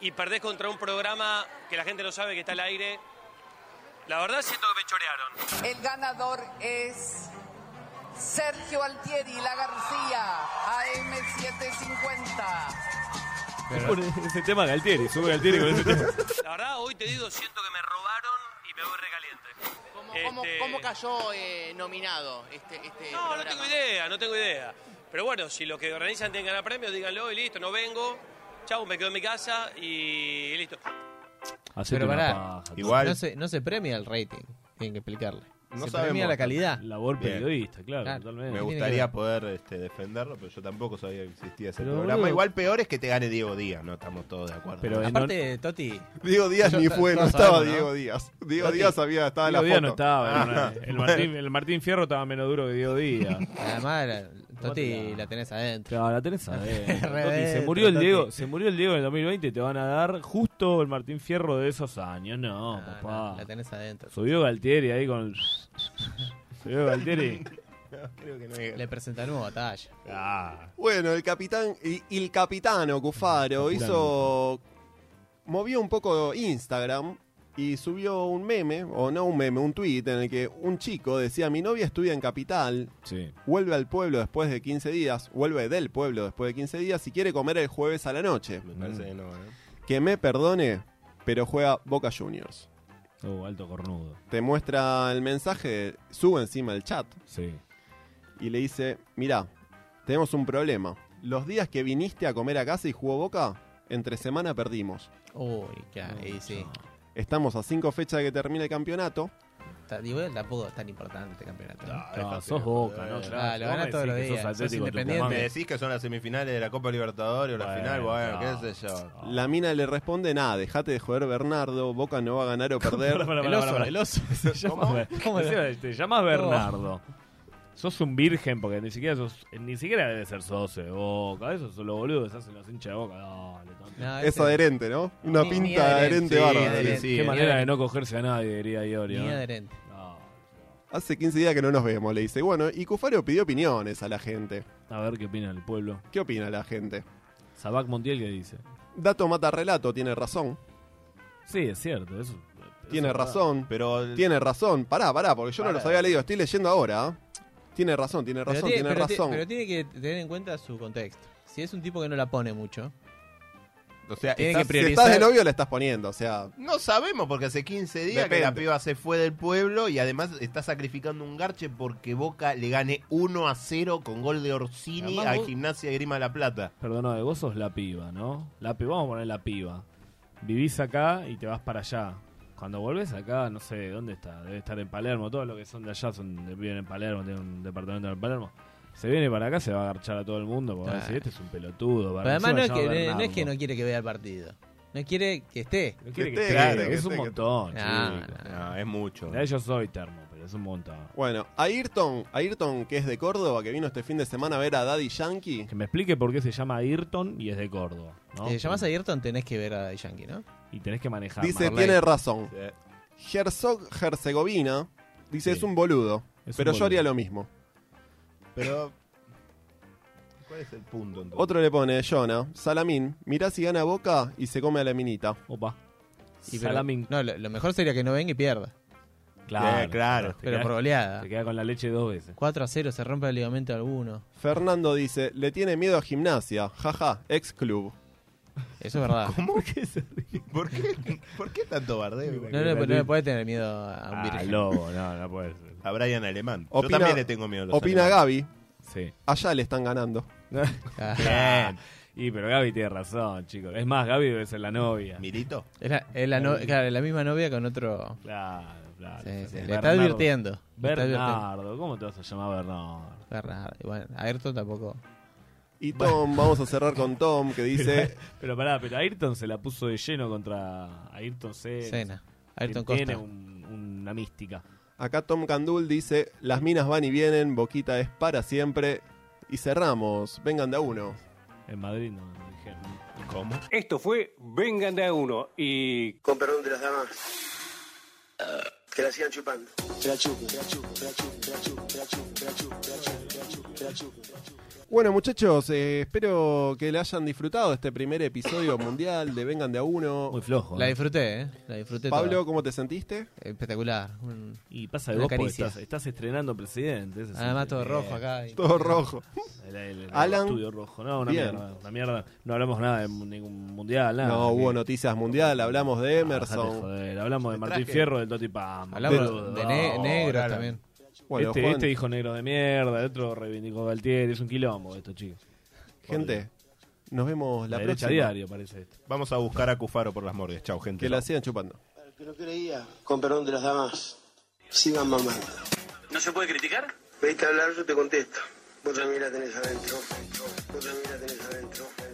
Speaker 19: Y perdés contra un programa que la gente no sabe que está al aire. La verdad siento que me chorearon.
Speaker 20: El ganador es Sergio Altieri La García, AM750.
Speaker 7: Pone ese tema Galtieri. Sube Galtieri con ese tema.
Speaker 19: La verdad, hoy te digo, siento que me robaron y me voy recaliente.
Speaker 21: ¿Cómo,
Speaker 19: Este-
Speaker 21: cómo cayó eh, nominado este, este
Speaker 19: No, no
Speaker 21: programa?
Speaker 19: tengo idea, no tengo idea. Pero bueno, si los que organizan tienen que ganar premios, díganlo y listo, no vengo. Chau, me quedo en mi casa y listo.
Speaker 12: Pero
Speaker 7: una
Speaker 12: pará,
Speaker 7: paja,
Speaker 12: igual. No
Speaker 7: Igual.
Speaker 12: se, no se premia el rating, tienen que explicarle.
Speaker 9: No
Speaker 12: se premia
Speaker 9: sabemos.
Speaker 12: la calidad.
Speaker 7: Labor
Speaker 9: Bien.
Speaker 7: periodista, claro, totalmente.
Speaker 9: Me
Speaker 7: ¿Qué tiene que
Speaker 9: gustaría
Speaker 7: ver?
Speaker 9: poder este, defenderlo, pero yo tampoco sabía que existía ese
Speaker 7: Pero,
Speaker 9: programa.
Speaker 7: boludo.
Speaker 9: Igual peor es que te gane Diego Díaz, no estamos todos de acuerdo.
Speaker 7: Pero en
Speaker 12: Aparte, Toti.
Speaker 6: Diego Díaz
Speaker 12: Yo-
Speaker 6: ni fue, no
Speaker 12: todos
Speaker 6: estaba
Speaker 12: sabemos, ¿no?
Speaker 6: Diego Díaz. Diego
Speaker 12: Toti.
Speaker 6: Díaz había, estaba en la
Speaker 7: Diego Díaz
Speaker 6: foto.
Speaker 7: no estaba. era
Speaker 6: Ah,
Speaker 7: una- el,
Speaker 6: bueno.
Speaker 7: Martín, el Martín Fierro estaba menos duro que Diego Díaz.
Speaker 12: Además, la- Toti la tenés adentro.
Speaker 7: Claro, la tenés adentro.
Speaker 12: Re
Speaker 7: Toti, se
Speaker 12: adentro,
Speaker 7: murió el
Speaker 12: Toti.
Speaker 7: Diego, se murió el Diego en el 2020 y te van a dar justo el Martín Fierro de esos años. No, papá.
Speaker 12: Ah, La tenés adentro.
Speaker 7: Subió Galtieri ahí con el- Subió Galtieri.
Speaker 12: Le presentaremos batalla.
Speaker 9: Ah,
Speaker 6: Bueno, el capitán y, y el capitano Cufaro
Speaker 12: Capitán.
Speaker 6: hizo movió un poco Instagram y subió un meme o no un meme, un tweet en el que un chico decía, "Mi novia estudia en Capital,
Speaker 7: Sí.
Speaker 6: vuelve al pueblo después de 15 días, vuelve del pueblo después de 15 días y quiere comer el jueves a la noche."
Speaker 9: Me parece que no, ¿eh?
Speaker 6: Que me perdone, pero juega Boca Juniors.
Speaker 9: uh,
Speaker 7: Oh, alto cornudo.
Speaker 6: Te muestra el mensaje, sube encima el chat.
Speaker 7: Sí.
Speaker 6: Y le dice, mirá, tenemos un problema. Los días que viniste a comer a casa y jugó Boca, entre semana perdimos.
Speaker 12: Uy, qué ahí sí.
Speaker 6: Estamos a cinco fechas de que termine el campeonato.
Speaker 7: ta- digo, tampoco es tan importante este campeonato. No,
Speaker 9: No, sos Boca, ¿no? Claro,
Speaker 7: Ah, lo ganas todos los días. sos
Speaker 2: Me
Speaker 7: independiente.
Speaker 2: decís que son las semifinales de la Copa Libertadores o la final, bueno,
Speaker 6: no.
Speaker 2: qué sé yo.
Speaker 9: Ah.
Speaker 6: La mina le responde, nada, dejate de joder Bernardo, Boca no va a ganar o perder.
Speaker 9: Pará, pará, pará, pará.
Speaker 6: ¿Cómo
Speaker 9: Te
Speaker 6: era?
Speaker 9: llamas- Te llamas Bernardo. Sos un virgen porque ni siquiera sos, ni siquiera debe ser socio de Boca. Eso son los boludos, se hacen los hinchas de Boca. Dale, tonto.
Speaker 7: No,
Speaker 6: Es adherente, ¿no? Una
Speaker 7: Ni- ni
Speaker 6: pinta adherente,
Speaker 7: adherente, sí,
Speaker 6: bárbara.
Speaker 7: adherente, sí,
Speaker 9: Qué
Speaker 7: ni
Speaker 9: manera de
Speaker 7: adherente.
Speaker 9: no cogerse a nadie, diría Iorio.
Speaker 7: Ni
Speaker 9: ¿eh?
Speaker 7: adherente.
Speaker 6: Hace 15 días que no nos vemos, le dice. Bueno, y Cufaro pidió opiniones a la gente.
Speaker 9: A ver qué opina el pueblo.
Speaker 6: ¿Qué opina la gente?
Speaker 9: Sabac Montiel que dice.
Speaker 6: Dato mata relato, tiene razón.
Speaker 9: Sí, es cierto. Eso,
Speaker 6: Tiene
Speaker 9: eso es
Speaker 6: razón.
Speaker 2: Pero
Speaker 6: Tiene razón. Pará, pará, porque yo no
Speaker 9: Pará.
Speaker 6: los había leído. Estoy leyendo ahora. ¿eh? Tiene razón, tiene razón, tiene,
Speaker 7: pero
Speaker 6: razón.
Speaker 7: pero tiene que tener en cuenta su contexto. Si es un tipo que no la pone mucho,
Speaker 2: o sea,
Speaker 7: tiene que
Speaker 2: estás-
Speaker 6: si
Speaker 7: priorizar.
Speaker 6: estás de novio, la estás poniendo. O sea,
Speaker 2: No sabemos porque hace 15 días que
Speaker 6: Depende.
Speaker 2: la piba se fue del pueblo y además está sacrificando un garche porque Boca le gane 1 a 0 con gol de Orsini
Speaker 9: Además,
Speaker 2: a
Speaker 9: vos-
Speaker 2: Gimnasia de Grima de la Plata.
Speaker 9: Perdona, vos sos la piba, ¿no? La piba, vamos a poner la piba. Vivís acá y te vas para allá. Cuando volvés acá, no sé, ¿dónde está? Debe estar en Palermo. Todos los que son de allá son, viven en Palermo, tienen un departamento en Palermo. Se viene para acá, se va a agarchar a todo el mundo. Porque va a decir, este es un pelotudo.
Speaker 7: Ah. Pero además
Speaker 9: encima
Speaker 7: no es,
Speaker 9: se llama
Speaker 7: que, no- no es
Speaker 9: Bernardo.
Speaker 7: que no quiere que vea el partido. No quiere que esté.
Speaker 9: No quiere que
Speaker 7: esté,
Speaker 9: esté,
Speaker 7: que
Speaker 9: es un
Speaker 7: esté, que-
Speaker 9: montón.
Speaker 7: Ah,
Speaker 9: chico.
Speaker 2: es mucho.
Speaker 9: De ellos soy termo, pero es un montón.
Speaker 6: bueno, Ayrton, Ayrton, que es de Córdoba, que vino este fin de semana a ver a Daddy Yankee.
Speaker 9: Que me explique por qué se llama Ayrton y es de Córdoba. ¿no?
Speaker 7: Si te Eh, llamás a Ayrton, tenés que ver a Daddy Yankee, ¿no?
Speaker 9: Y tenés que manejar.
Speaker 6: Dice,
Speaker 9: Marley.
Speaker 6: tiene razón. Herzog Herzegovina dice, es un boludo.
Speaker 9: Es un
Speaker 6: pero yo
Speaker 9: boludo.
Speaker 6: haría lo mismo.
Speaker 2: Pero. ¿Cuál es el punto entonces?
Speaker 6: Otro le pone, Jonah, Salamín, mirá si gana Boca y se come a la minita.
Speaker 9: Opa.
Speaker 7: Y pero- No, lo, lo mejor sería que no venga y pierda.
Speaker 9: Claro, claro.
Speaker 7: Pero por goleada.
Speaker 9: Se queda con la leche dos veces.
Speaker 7: 4 a 0, se rompe el ligamento alguno.
Speaker 6: Fernando dice, le tiene miedo a gimnasia, jaja, ex club.
Speaker 7: Eso Ah. es verdad.
Speaker 2: ¿Cómo que se ríe? ¿Por qué, ¿Por qué tanto bardeo?
Speaker 7: No, no, no le podés tener miedo a un
Speaker 2: Ah,
Speaker 7: virgen.
Speaker 9: lobo, no, no puede ser.
Speaker 2: A Brian Alemán. Yo también le tengo miedo a los
Speaker 6: Opina
Speaker 2: alemanes.
Speaker 6: Gaby.
Speaker 9: Sí.
Speaker 6: Allá le están ganando.
Speaker 7: Ah.
Speaker 9: Bien. Y pero Gaby tiene razón, chicos. Es más, Gaby debe ser la novia.
Speaker 2: ¿Milito?
Speaker 7: Es la, es la no- claro, es la misma novia con otro.
Speaker 9: Claro, claro.
Speaker 7: Sí,
Speaker 9: Sí,
Speaker 7: sí,
Speaker 9: sí.
Speaker 7: Le está
Speaker 9: Bernardo.
Speaker 7: advirtiendo. Le está
Speaker 9: Bernardo, ¿cómo te vas a llamar Bernardo?
Speaker 7: Bernardo. Y bueno, Ayrton tampoco.
Speaker 6: Y Tom, vamos a cerrar con Tom, que dice,
Speaker 9: Pero, pero pará, pero Ayrton se la puso de lleno contra Ayrton Senna.
Speaker 7: Senna. Ayrton
Speaker 9: Que Tiene
Speaker 7: Costa.
Speaker 9: un- una mística.
Speaker 6: acá Tom Candul dice, las minas van y vienen, Boquita es para siempre. Y cerramos, vengan de a uno.
Speaker 9: En Madrid no, no dijeron.
Speaker 6: ¿Cómo?
Speaker 22: Esto fue Vengan de a uno y.
Speaker 5: Con perdón de las damas. Que la sigan chupando. Que la chupen, que la chupen, que la chupen, que la chupen, que la chupen, que la chupen, que la chupen, que la chupen, que la chupen.
Speaker 6: Bueno muchachos, eh, espero que le hayan disfrutado este primer episodio mundial de Vengan de a uno.
Speaker 9: Muy flojo.
Speaker 7: La disfruté, ¿eh? La disfruté.
Speaker 6: Pablo,
Speaker 7: toda.
Speaker 6: ¿cómo te sentiste?
Speaker 7: Espectacular. Un-
Speaker 9: Y pasa de
Speaker 7: una
Speaker 9: vos porque
Speaker 7: caricia.
Speaker 9: estás, estás estrenando presidente. ese es
Speaker 7: Además,
Speaker 9: el-
Speaker 7: todo
Speaker 9: eh,
Speaker 7: rojo acá. y-
Speaker 6: Todo rojo.
Speaker 9: El, el- el
Speaker 6: Alan.
Speaker 9: estudio rojo. No, una
Speaker 6: Bien.
Speaker 9: mierda. Una mierda. No hablamos nada de mu- ningún mundial, nada.
Speaker 6: No hubo
Speaker 9: Que-
Speaker 6: noticias mundial, hablamos de
Speaker 9: Ah, Dejate de
Speaker 6: Emerson.
Speaker 9: joder, hablamos de Martín
Speaker 6: traje-
Speaker 9: Fierro, del Toti Pam.
Speaker 6: Hablamos de ne-
Speaker 7: negros también.
Speaker 6: Bueno,
Speaker 9: este,
Speaker 6: Juan.
Speaker 9: este dijo negro de mierda, el otro reivindicó Galtieri. Es un quilombo esto, chicos.
Speaker 6: Gente, nos vemos la,
Speaker 9: La derecha
Speaker 6: próxima.
Speaker 9: diario parece esto.
Speaker 2: Vamos a buscar a Cufaro por las mordes. Chau, gente.
Speaker 6: Que la sigan chupando.
Speaker 5: Al que no creía, con perdón de las damas. Sigan mamando.
Speaker 23: ¿No se puede criticar?
Speaker 5: Vete a hablar, yo te contesto. Vos también la tenés adentro. Vos también la tenés adentro.